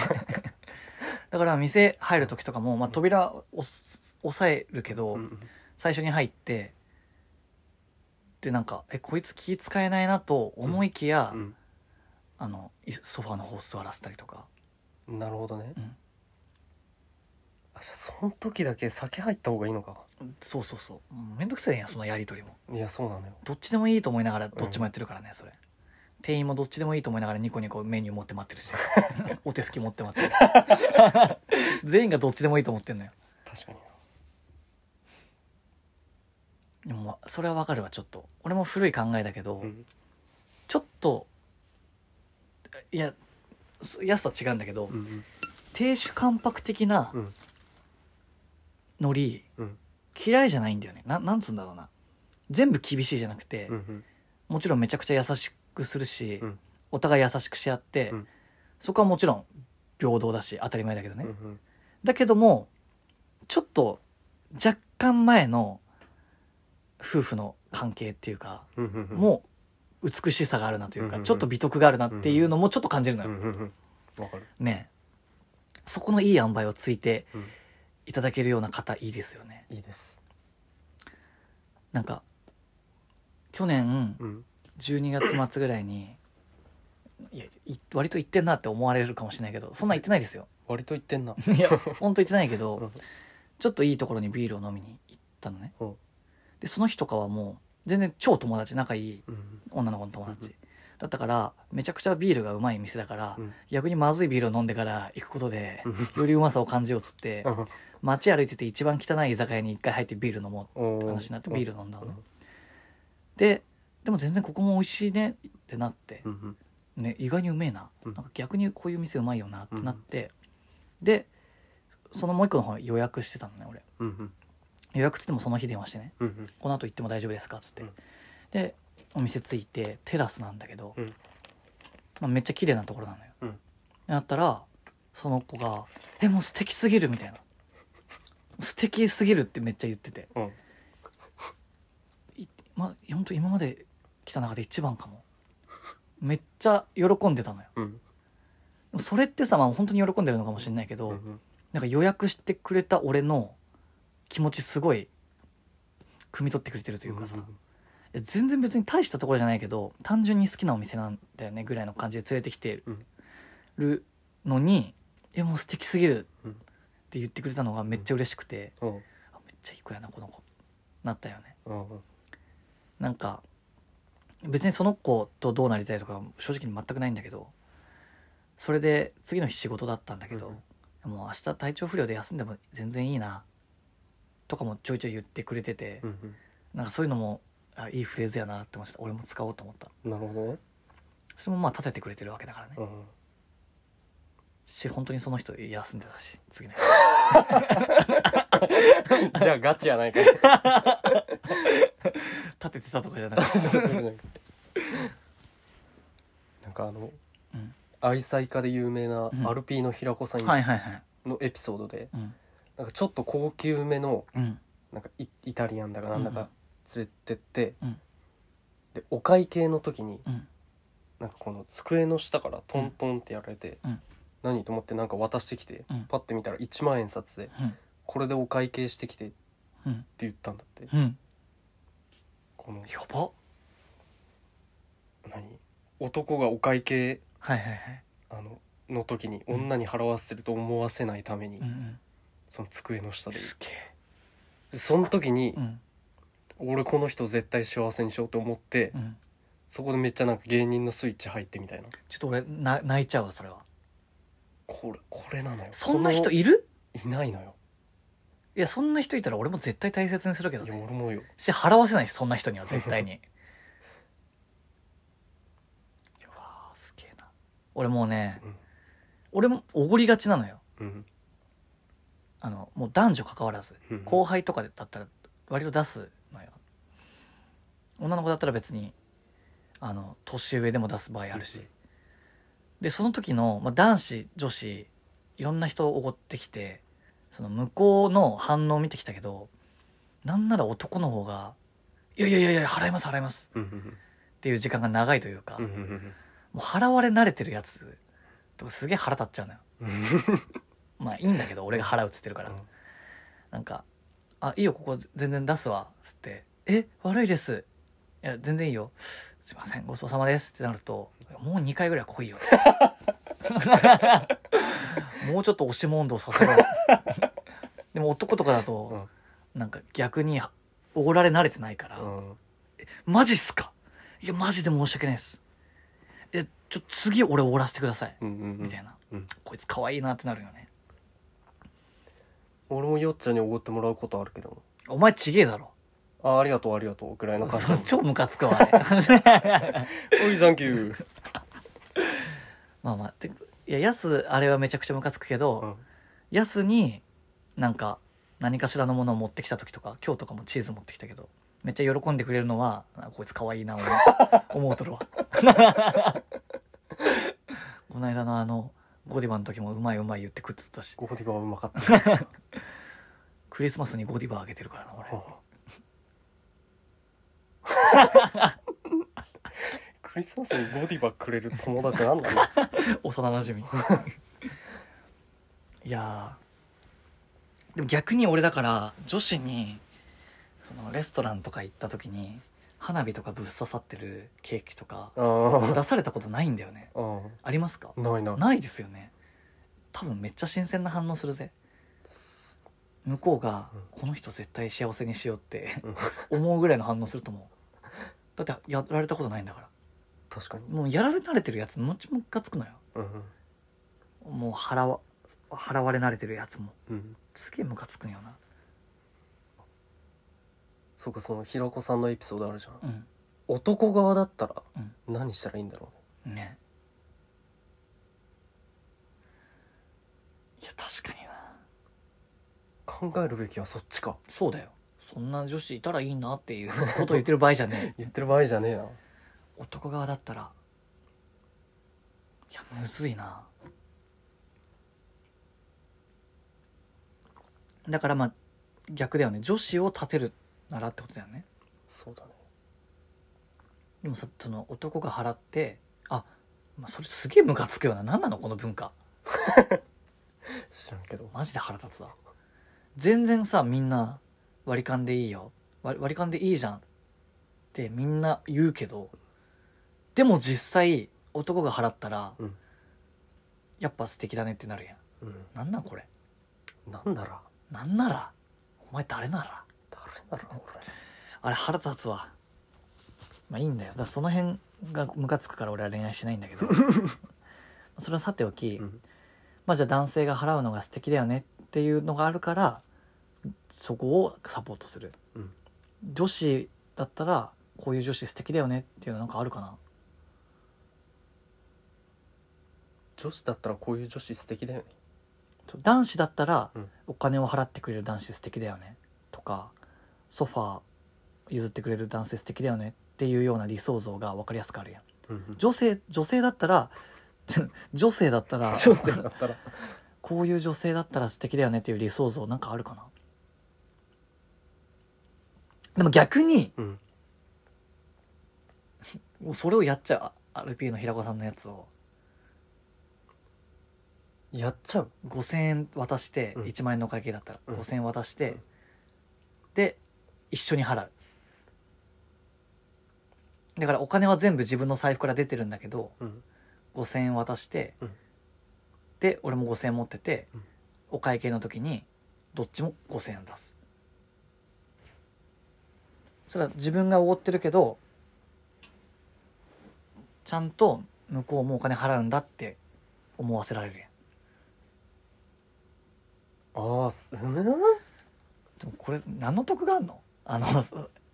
Speaker 1: だから店入る時とかも、まあ、扉を押す押さえるけど、
Speaker 2: うん
Speaker 1: 最初に入ってってなんかえこいつ気使えないなと思いきや、
Speaker 2: うん
Speaker 1: あのいソファーの方座らせたりとか
Speaker 2: なるほどね、
Speaker 1: うん
Speaker 2: あじゃあその時だけ酒入った方がいいのか
Speaker 1: そうそうそううんめんどくさいやんそのやり取りも
Speaker 2: いやそうなのよ
Speaker 1: どっちでもいいと思いながらどっちもやってるからね、それ店員もどっちでもいいと思いながらニコニコメニュー持って待ってる しお手拭き持って待ってる 全員がどっちでもいいと思ってんのよ
Speaker 2: 確かに
Speaker 1: でもそれはわかるわちょっと俺も古い考えだけど、
Speaker 2: うん
Speaker 1: ちょっといやそ安さは違うんだけど、
Speaker 2: うん
Speaker 1: 亭主関白的な
Speaker 2: うん
Speaker 1: ノリ、
Speaker 2: うん
Speaker 1: 嫌いじゃないんだよねななんつうんだろうな全部厳しいじゃなくて、
Speaker 2: うんうん
Speaker 1: もちろんめちゃくちゃ優しくするし、
Speaker 2: うん
Speaker 1: お互い優しくし合って、
Speaker 2: うん
Speaker 1: そこはもちろん平等だし当たり前だけど
Speaker 2: う
Speaker 1: ね、
Speaker 2: んうん
Speaker 1: だけどもちょっと若干前の夫婦の関係っていうか、
Speaker 2: うんうんうん
Speaker 1: もう美しさがあるなという
Speaker 2: うん
Speaker 1: か、
Speaker 2: うんうん
Speaker 1: ちょっと美徳があるなっていうのもちょっと感じるのよ、
Speaker 2: うんうんうんわかる
Speaker 1: ねえそこのいい塩梅をついて
Speaker 2: うん
Speaker 1: いただけるような方いいですよね
Speaker 2: いいです
Speaker 1: なんか去年
Speaker 2: うん
Speaker 1: 12月末ぐらいにいやい割と行ってんなって思われるかもしれないけどそんな行ってないですよ
Speaker 2: 割と言ってん ない
Speaker 1: やほんと行ってないけ
Speaker 2: う
Speaker 1: ど
Speaker 2: ん
Speaker 1: ちょっといいところにビールを飲みに行ったのね
Speaker 2: うん
Speaker 1: でその日とかはもう全然超友達仲いい
Speaker 2: うん
Speaker 1: 女の子の友
Speaker 2: う
Speaker 1: 達
Speaker 2: ん
Speaker 1: だったからめちゃくちゃビールがうまい店だから、
Speaker 2: うん
Speaker 1: 逆にまずいビールを飲んでから行くことで
Speaker 2: うん
Speaker 1: よりうまさを感じようっつって
Speaker 2: うん
Speaker 1: 街歩いてて一番汚い居酒屋に一回入ってビール飲もう
Speaker 2: お
Speaker 1: って
Speaker 2: ー
Speaker 1: 話になってビール飲んだの
Speaker 2: う
Speaker 1: ね
Speaker 2: ん
Speaker 1: ででも全然ここも美味しいねってなって
Speaker 2: う、ん
Speaker 1: ね、意外にうめえな
Speaker 2: う
Speaker 1: なん
Speaker 2: ん
Speaker 1: か逆にこういう店うまいよなってなって、でそのもう一個の方予約してたのね俺
Speaker 2: うんうん
Speaker 1: 予約つってもその日電話してね
Speaker 2: うんうん
Speaker 1: この後行っても大丈夫ですかっつって、
Speaker 2: うん
Speaker 1: でお店着いてテラスなんだけど、
Speaker 2: うん
Speaker 1: まあ、めっちゃ綺麗なところなのよ、
Speaker 2: うん
Speaker 1: でなったらその子が「えもう素敵すぎる」みたいな「素敵すぎる」ってめっちゃ言ってて
Speaker 2: うん
Speaker 1: いまあ本当今まで来た中で一番かもめっちゃ喜んでたのよ
Speaker 2: うん
Speaker 1: でもそれってさまあ本当に喜んでるのかもしれないけど、
Speaker 2: うん
Speaker 1: なんか予約してくれた俺の気持ちすごい汲み取ってくれてるというかさ、いや全然別に大したところじゃないけど単純に好きなお店なんだよねぐらいの感じで連れてきてるのに「いやもう素敵すぎる」
Speaker 2: うん
Speaker 1: って言ってくれたのがめっちゃ嬉しくて、
Speaker 2: うんうん
Speaker 1: あめっちゃいい子やなこの子なったよね
Speaker 2: うんうん
Speaker 1: なんか別にその子とどうなりたいとか正直に全くないんだけどそれで次の日仕事だったんだけど、もう明日体調不良で休んでも全然いいなとかもちょいちょい言ってくれてて、
Speaker 2: うん
Speaker 1: なんかそういうのもあいいフレーズやなって思ってた俺も使おうと思った
Speaker 2: うんなるほどね
Speaker 1: それもまあ立ててくれてるわけだからね、
Speaker 2: うん
Speaker 1: し本当にその人休んでたし次の日
Speaker 2: じゃあガチやないか
Speaker 1: 立ててたとかじゃなくて
Speaker 2: なんかあの、
Speaker 1: うん
Speaker 2: 愛妻家で有名な
Speaker 1: うん
Speaker 2: アルピーの平子さ ん
Speaker 1: はいはいはい
Speaker 2: のエピソードで、
Speaker 1: うん
Speaker 2: なんかちょっと高級めの
Speaker 1: うん
Speaker 2: なんかイイタリアンだかなんだ
Speaker 1: うん
Speaker 2: か連れてって、
Speaker 1: うん
Speaker 2: でお会計の時に
Speaker 1: うん
Speaker 2: なんかこの机の下からトントンってやられて、
Speaker 1: うん
Speaker 2: 何と思ってなんか渡してきて、
Speaker 1: うん
Speaker 2: パッて見たら1万円札で
Speaker 1: うん
Speaker 2: これでお会計してきてって
Speaker 1: うん
Speaker 2: 言ったんだって、
Speaker 1: うん
Speaker 2: この
Speaker 1: やば
Speaker 2: 何男がお会計
Speaker 1: はいはいはい
Speaker 2: あのの時に
Speaker 1: うん
Speaker 2: 女に払わせてると思わせないために、
Speaker 1: うんうん
Speaker 2: その机の下で
Speaker 1: げえ
Speaker 2: でその時に
Speaker 1: う、ん
Speaker 2: 俺この人を絶対幸せにしようと思って、
Speaker 1: うん
Speaker 2: そこでめっちゃなんか芸人のスイッチ入ってみたいな
Speaker 1: ちょっと俺な泣いちゃうわそれは
Speaker 2: これこれなのよ
Speaker 1: そんな人
Speaker 2: こ
Speaker 1: いる
Speaker 2: のいないのよ
Speaker 1: いやそんな人いたら俺も絶対大切にするけど
Speaker 2: いや
Speaker 1: ね
Speaker 2: 俺もよ
Speaker 1: し払わせないしそんな人には絶対 にうわーすげえな俺もうね、
Speaker 2: うん
Speaker 1: 俺もおごりがちなのよ
Speaker 2: うん
Speaker 1: あのもう男女関わらず
Speaker 2: うん
Speaker 1: 後輩とかだったら割と出すのよ女の子だったら別にあの年上でも出す場合あるし、
Speaker 2: うんうん
Speaker 1: でその時の、まあ、男子女子いろんな人をおごってきてその向こうの反応を見てきたけどなんなら男の方が「いやいやいやいや払います払います」
Speaker 2: うんうん
Speaker 1: っていう時間が長いというか、
Speaker 2: うん
Speaker 1: も
Speaker 2: うんうん
Speaker 1: う払われ慣れてるやつとかすげえ腹立っちゃうのよ
Speaker 2: うん
Speaker 1: まあいいんだけど俺が払うっつってるから、なんか「あいいよここ全然出すわ」っつって「え悪いですいや全然いいよすいませんごちそうさまですってなるともう2回ぐらい来いよ もうちょっと押し問答させろでも男とかだと、なんか逆におごられ慣れてないから、
Speaker 2: うん
Speaker 1: マジっすかいやマジで申し訳ないですえちょ次俺おごらせてください、
Speaker 2: うんうんう
Speaker 1: み
Speaker 2: ん
Speaker 1: たいな、
Speaker 2: うん
Speaker 1: こいつ可愛いなってなるよね
Speaker 2: 俺もよっちゃんにおごってもらうことあるけど
Speaker 1: お前ちげえだろ
Speaker 2: あありがとうありがとうぐらいの感じ
Speaker 1: 超ムカつくわあれ
Speaker 2: おいサンキュー、
Speaker 1: まあまあていやヤスあれはめちゃくちゃムカつくけど、
Speaker 2: うん
Speaker 1: ヤスになんか何かしらのものを持ってきた時とか今日とかもチーズ持ってきたけどめっちゃ喜んでくれるのはあこいつ可愛いな思う思うとるわ この間のあのゴディバの時もうまいうまい言って食ってたし
Speaker 2: ゴディバはうまかったな
Speaker 1: クリスマスにゴディバあげてるからな俺
Speaker 2: クリスマスにゴディバくれる友達なんだろ
Speaker 1: 幼なじみいやーでも逆に俺だから女子にそのレストランとか行った時に花火とかぶっ刺さってるケーキとか
Speaker 2: う
Speaker 1: 出されたことないんだよね
Speaker 2: あ
Speaker 1: ありますか
Speaker 2: あないな
Speaker 1: ないですよね多分めっちゃ新鮮な反応するぜ向こうが
Speaker 2: うん
Speaker 1: この人絶対幸せにしようって
Speaker 2: うん
Speaker 1: 思うぐらいの反応すると思うだってやられたことないんだから
Speaker 2: 確かに、
Speaker 1: もうやられ慣れてるやつもちもっかつくのよ
Speaker 2: うん
Speaker 1: もう払わ払われ慣れてるやつも
Speaker 2: うん、
Speaker 1: すげえムカつくんよな
Speaker 2: そうかその平子さんのエピソードあるじゃん
Speaker 1: う
Speaker 2: 男側だったら
Speaker 1: うん
Speaker 2: 何したらいいんだろ
Speaker 1: んねいや確かにな
Speaker 2: う、考えるべきはそっちか
Speaker 1: そうだよそんな女子いたらいいなっていうことを言ってる場合じゃ ねえ
Speaker 2: 言ってる場合じゃねえな
Speaker 1: 男側だったらいやむずいなだからまあ逆だよね女子を立てるならってことだよね
Speaker 2: そうだね
Speaker 1: でもさその男が払ってあ、まあ、それすげえムカつくよな何なのこの文化
Speaker 2: 知らんけど
Speaker 1: マジで腹立つわ全然さみんな割り勘でいいよ割割り勘でいいじゃんってみんな言うけどでも実際男が払ったら、
Speaker 2: うん
Speaker 1: やっぱ素敵だねってなるやん
Speaker 2: うん
Speaker 1: なんなんこれ
Speaker 2: なんなら
Speaker 1: なんならお前誰なら
Speaker 2: 誰なら俺
Speaker 1: あれ腹立つわまあいいんだよだからその辺がムカつくから俺は恋愛しないんだけ どそれはさておき、
Speaker 2: うん
Speaker 1: まあじゃあ男性が払うのが素敵だよねっていうのがあるからそこをサポートする、
Speaker 2: うん
Speaker 1: 女子だったらこういう女子素敵だよねっていうのなんかあるかな
Speaker 2: 女子だったらこういう女子素敵だよね
Speaker 1: そう男子だったら
Speaker 2: うん
Speaker 1: お金を払ってくれる男子素敵だよねとかソファー譲ってくれる男性素敵だよねっていうような理想像が分かりやすくあるやん
Speaker 2: うんうん
Speaker 1: 女性女性だったら 女性だったら
Speaker 2: 女性だったら
Speaker 1: こういう女性だったら素敵だよねっていう理想像なんかあるかなでも逆に
Speaker 2: うん
Speaker 1: もうそれをやっちゃう RP の平子さんのやつを
Speaker 2: やっちゃう
Speaker 1: 5,000円渡して、
Speaker 2: うん
Speaker 1: 1万円のお会計だったら
Speaker 2: うん
Speaker 1: 5,000円渡して、
Speaker 2: うん
Speaker 1: で一緒に払うだからお金は全部自分の財布から出てるんだけど
Speaker 2: うん
Speaker 1: 5,000円渡して、
Speaker 2: うん
Speaker 1: で俺も5,000円持ってて、
Speaker 2: うん
Speaker 1: お会計の時にどっちも5,000円出すそしたら自分がおごってるけどちゃんと向こうもお金払うんだって思わせられるやん
Speaker 2: ああすうん
Speaker 1: でもこれ何の得があんのあの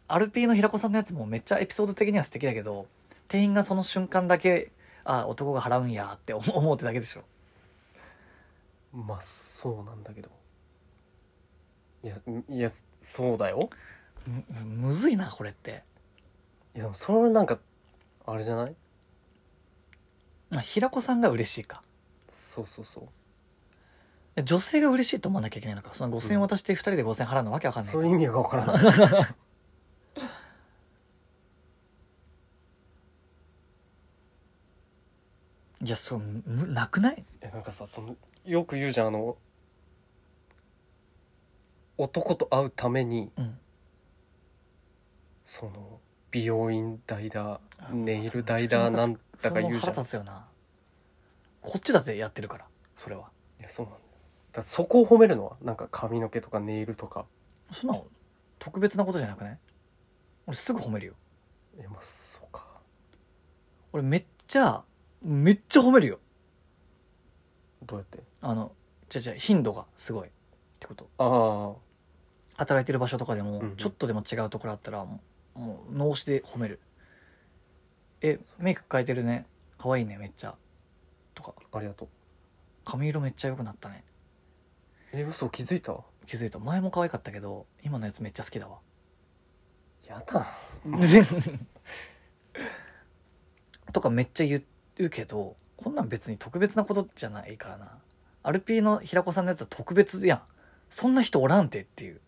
Speaker 1: RP の平子さんのやつもめっちゃエピソード的には素敵だけど店員がその瞬間だけあ男が払うんやって思う思うってだけでしょ
Speaker 2: まあそうなんだけどいやんいやそうだよ
Speaker 1: むむずいなこれって、
Speaker 2: いやでもそれなんかあれじゃない
Speaker 1: まあ、平子さんが嬉しいか
Speaker 2: そうそうそう
Speaker 1: 女性が嬉しいと思わなきゃいけないのかその5,000円渡して2人で5,000円払うのわけわかんないか
Speaker 2: そ
Speaker 1: ら
Speaker 2: ういう意味がわからない
Speaker 1: いやそうむなくない
Speaker 2: えなんかさそのよく言うじゃんあの男と会うために
Speaker 1: うん
Speaker 2: その美容院代だ
Speaker 1: あ
Speaker 2: ネイル代だなんだか言うじ
Speaker 1: その腹
Speaker 2: ゃん
Speaker 1: 立つよなこっちだってやってるからそれはい
Speaker 2: やそうなんだよだからそこを褒めるのはなんか髪の毛とかネイルとか
Speaker 1: そんなの特別なことじゃなくない俺すぐ褒めるよ
Speaker 2: いやまあそうか
Speaker 1: 俺めっちゃめっちゃ褒めるよ
Speaker 2: どうやって
Speaker 1: あのじゃじゃ頻度がすごいってこと
Speaker 2: ああ
Speaker 1: 働いてる場所とかでも、
Speaker 2: うんうん
Speaker 1: ちょっとでも違うところあったらもうもう脳死で褒める「えメイク変えてるね可愛いねめっちゃ」とか
Speaker 2: ありがとう
Speaker 1: 「髪色めっちゃ良くなったね
Speaker 2: え嘘気づいた」
Speaker 1: 気づいた前も可愛かったけど今のやつめっちゃ好きだわ
Speaker 2: やだ
Speaker 1: とかめっちゃ言うけどこんなん別に特別なことじゃないからなアルピーの平子さんのやつは特別やんそんな人おらんてっていう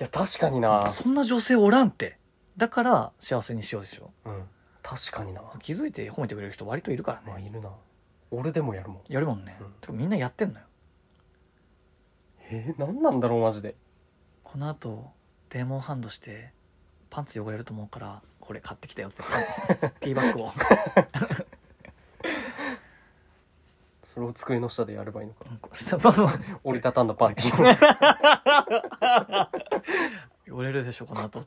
Speaker 2: いや確かにな、
Speaker 1: そんな女性おらんてだから幸せにしようでしょ
Speaker 2: うん、確かにな
Speaker 1: 気づいて褒めてくれる人割といるから
Speaker 2: まあ
Speaker 1: ね
Speaker 2: いるな俺でもやるもん
Speaker 1: やるもんね、
Speaker 2: うん
Speaker 1: てかみんなやってんのよ
Speaker 2: えー、何なんだろうマジで
Speaker 1: この後デーモンハンドしてパンツ汚れると思うからこれ買ってきたよって ティーバッグを
Speaker 2: それを机の下でやればいいのか
Speaker 1: うんこれさまあ ま
Speaker 2: 折りたたんだパンテ ィ
Speaker 1: あ汚れるでしょこの後
Speaker 2: を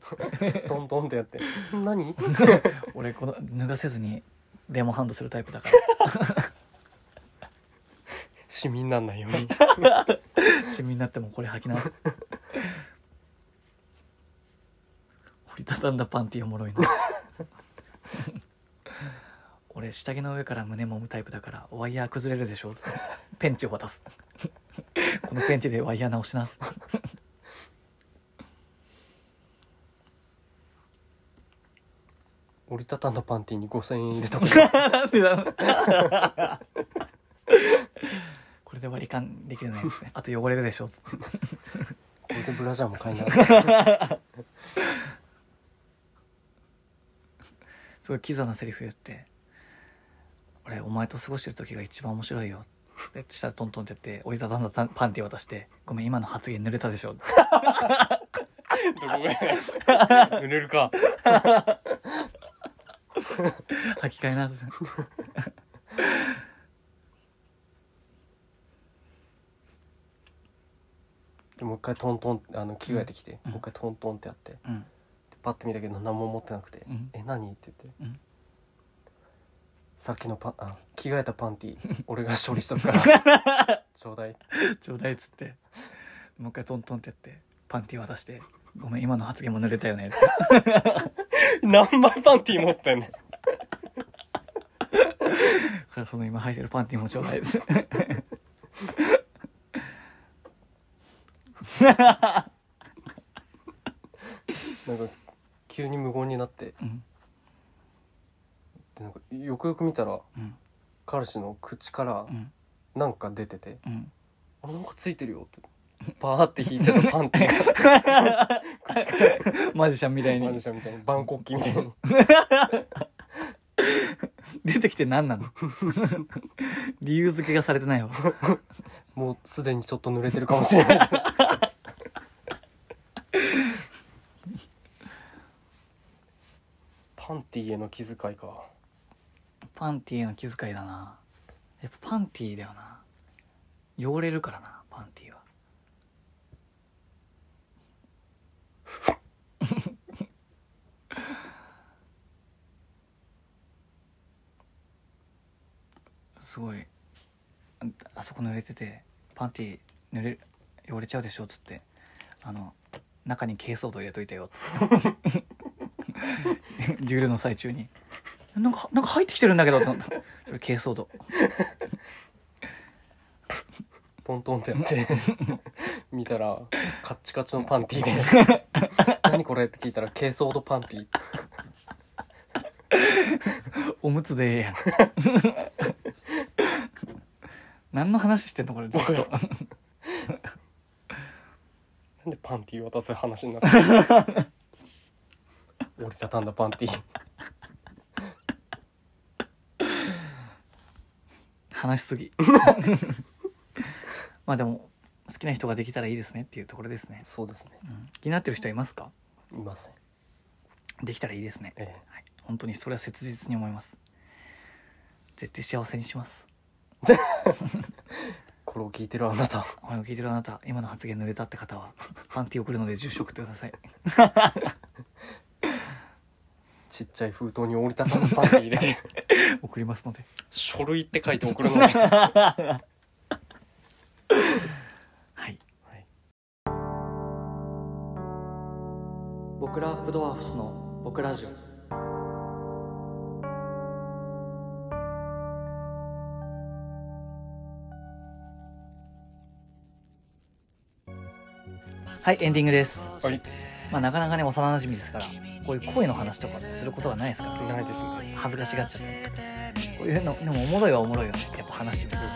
Speaker 2: トントンってやって何
Speaker 1: 俺この脱がせずにデーモンハンドするタイプだから
Speaker 2: シミになんないよう に
Speaker 1: シミになってもこれ履きな 折りたたんだパンティーおもろいな 俺下着の上から胸揉むタイプだからワイヤー崩れるでしょペンチを渡 すこのペンチでワイヤー直しな
Speaker 2: 折りたたんだパンティに5000円入れと く
Speaker 1: なんでだろう これで割り勘できるのやつねあと汚れるでしょ
Speaker 2: これでブラジャーも買いな
Speaker 1: すごいキザなセリフ言って「俺お前と過ごしてる時が一番面白いよ」でしたらトントンってやって折りたたんだたパンティ渡して「ごめん今の発言濡れたでしょ」
Speaker 2: どこがや濡れるか
Speaker 1: 履き替えな
Speaker 2: でもう一回トントンあの着替えてきて、
Speaker 1: うん
Speaker 2: もう一回トントンってやってで
Speaker 1: うん
Speaker 2: パッて見たけど何も持ってなくて「
Speaker 1: うん
Speaker 2: え何?」って言って、
Speaker 1: うん
Speaker 2: さっきのパンあ着替えたパンテ ィ俺が処理しとくから ちょうだい
Speaker 1: ちょうだいっつってもう一回トントンってやってパンティ渡して「ごめん今の発言も濡れたよね」
Speaker 2: 何枚パンティ持ってんの
Speaker 1: だからその今履いてるパンティもちょうだいです
Speaker 2: なんか急に無言になって
Speaker 1: うん
Speaker 2: でなんかよくよく見たら
Speaker 1: うん
Speaker 2: 彼氏の口から
Speaker 1: うん
Speaker 2: なんか出てて
Speaker 1: うん
Speaker 2: 「あなんかついてるよ」ってパーって引いてたパン ティが口から出て
Speaker 1: マジシャンみたい
Speaker 2: マジ
Speaker 1: に
Speaker 2: シャンみたいに万国旗みたいに
Speaker 1: 出てきて何なの 理由付けがされてないわ
Speaker 2: もうすでにちょっと濡れてるかもし れないパンティへの気遣いか
Speaker 1: パンティーの気遣いだなやっぱパンティーだよな汚れるからなパンティーはすごいああそこ濡れててパンティー濡れる汚れちゃうでしょっつってあの中に珪藻土入れといたよ デュエルの最中になんか、なんか入ってきてるんだけどってなった。それ軽装度。
Speaker 2: トントンってやって 見たらカッチカチのパンティで 「何これ?」って聞いたら「珪藻土パンティ
Speaker 1: おむつでええやん。何の話してんのこれずっと。
Speaker 2: なんでパンティ渡す話になったの 折りたたんだパンティ
Speaker 1: 話しすぎ。まあでも、好きな人ができたらいいですねっていうところですね。
Speaker 2: そうですね
Speaker 1: うん気になってる人いますか
Speaker 2: いません
Speaker 1: できたらいいですね、
Speaker 2: ええ
Speaker 1: はい、本当にそれは切実に思います絶対幸せにします
Speaker 2: これを聞いてるあなた
Speaker 1: これを聞いてるあなた今の発言濡れたって方はパンティー送るので住所送ってください
Speaker 2: ちっちゃい封筒に折りたたみパンティ入れて
Speaker 1: 送りますので
Speaker 2: 書類って書いて送るのね は
Speaker 1: はい
Speaker 2: い
Speaker 1: 僕らアップドワーフスの僕ラジオはいエンディングです、
Speaker 2: はい
Speaker 1: まあ、なかなかね幼馴染ですからこういう声の話とかすることはないですから
Speaker 2: ないですね
Speaker 1: 恥ずかしがっちゃってこういうのでもおもろいはおもろいよねやっぱ話してみる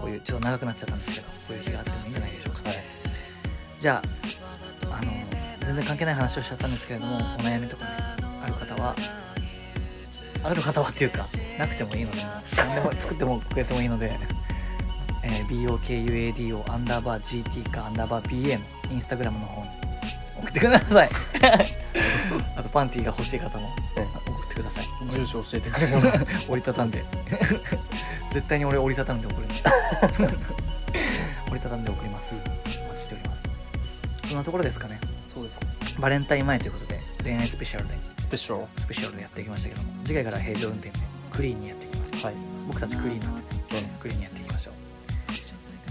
Speaker 1: こういうちょっと長くなっちゃったんですけどこういう日があってもいいんじゃないでしょうか、じゃああの全然関係ない話をしちゃったんですけれどもお悩みとかねある方はある方はっていうかなくてもいいので何でも作ってもくれてもいいので、えー BOKUAD をアンダーバー GT かアンダーバー BA のインスタグラムの方に送ってください あとパンティーが欲しい方も
Speaker 2: え
Speaker 1: 送ってください
Speaker 2: え住所教えてくれるの
Speaker 1: 折りたたんで 絶対に俺折りたたんで送る 折りたたんで送りますお待ちしておりますそんなところですかね
Speaker 2: そうですね
Speaker 1: バレンタイン前ということで恋愛スペシャルで
Speaker 2: スペシャル
Speaker 1: スペシャルでやってきましたけども次回から平常運転でクリーンにやっていきます
Speaker 2: はい
Speaker 1: 僕たちクリーンなんで
Speaker 2: え
Speaker 1: クリーンにやっていきましょう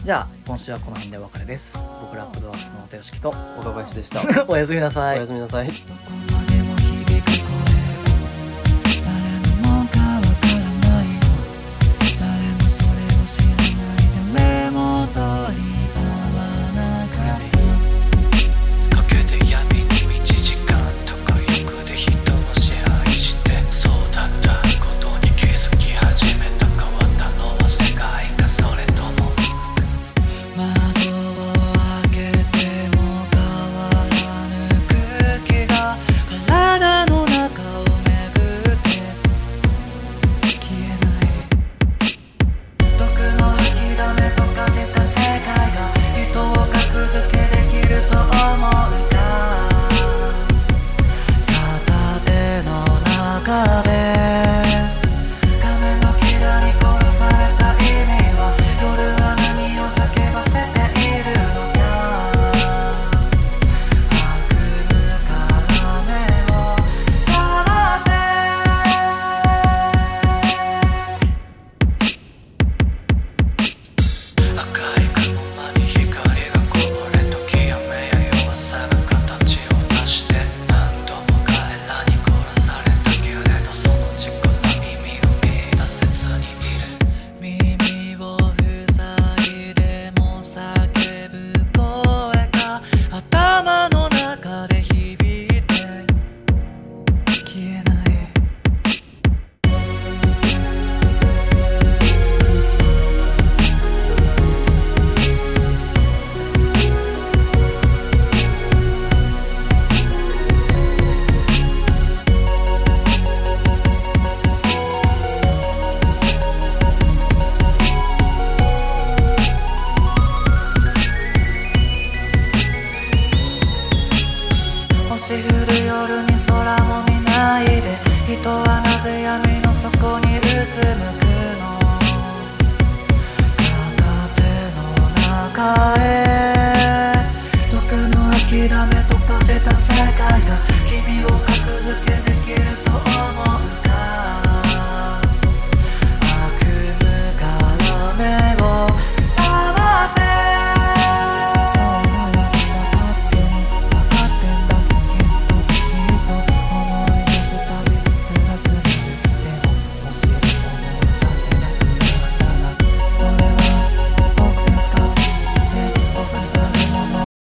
Speaker 1: じゃあ今週はこの辺でお別れです僕らアップドアースのお手よしきと
Speaker 2: え岡林でした
Speaker 1: おやすみな
Speaker 2: お
Speaker 1: さい
Speaker 2: やすみなさい
Speaker 3: どこまでも響く声誰のもんかわからないの誰もそれを知らない誰も取り合わなかった
Speaker 4: かけて闇に満ち時間とか欲で人を支配してそうだったことに気づき始めた変わったのは世界かそれとも
Speaker 3: 「窓を開けても変わらぬ空気が体の中を巡って消えない」「毒の吐きだめとかした世界が人を格付けできると思うか」「片手の中で」亀のキラに殺された意味は夜は何を叫ばせているのか悪夢から目を覚ませ
Speaker 4: 赤い雲間に光がこぼれ時やめや弱さが形を出して何度も彼らに殺されたけれどその自己な耳を見出せずにいる
Speaker 3: 耳を塞いでも叫ぶ声が頭の中で響いて消えない星降る夜に空も見ないで人はなぜ闇の底にうつむくの片手の中へ毒の諦めと化した世界が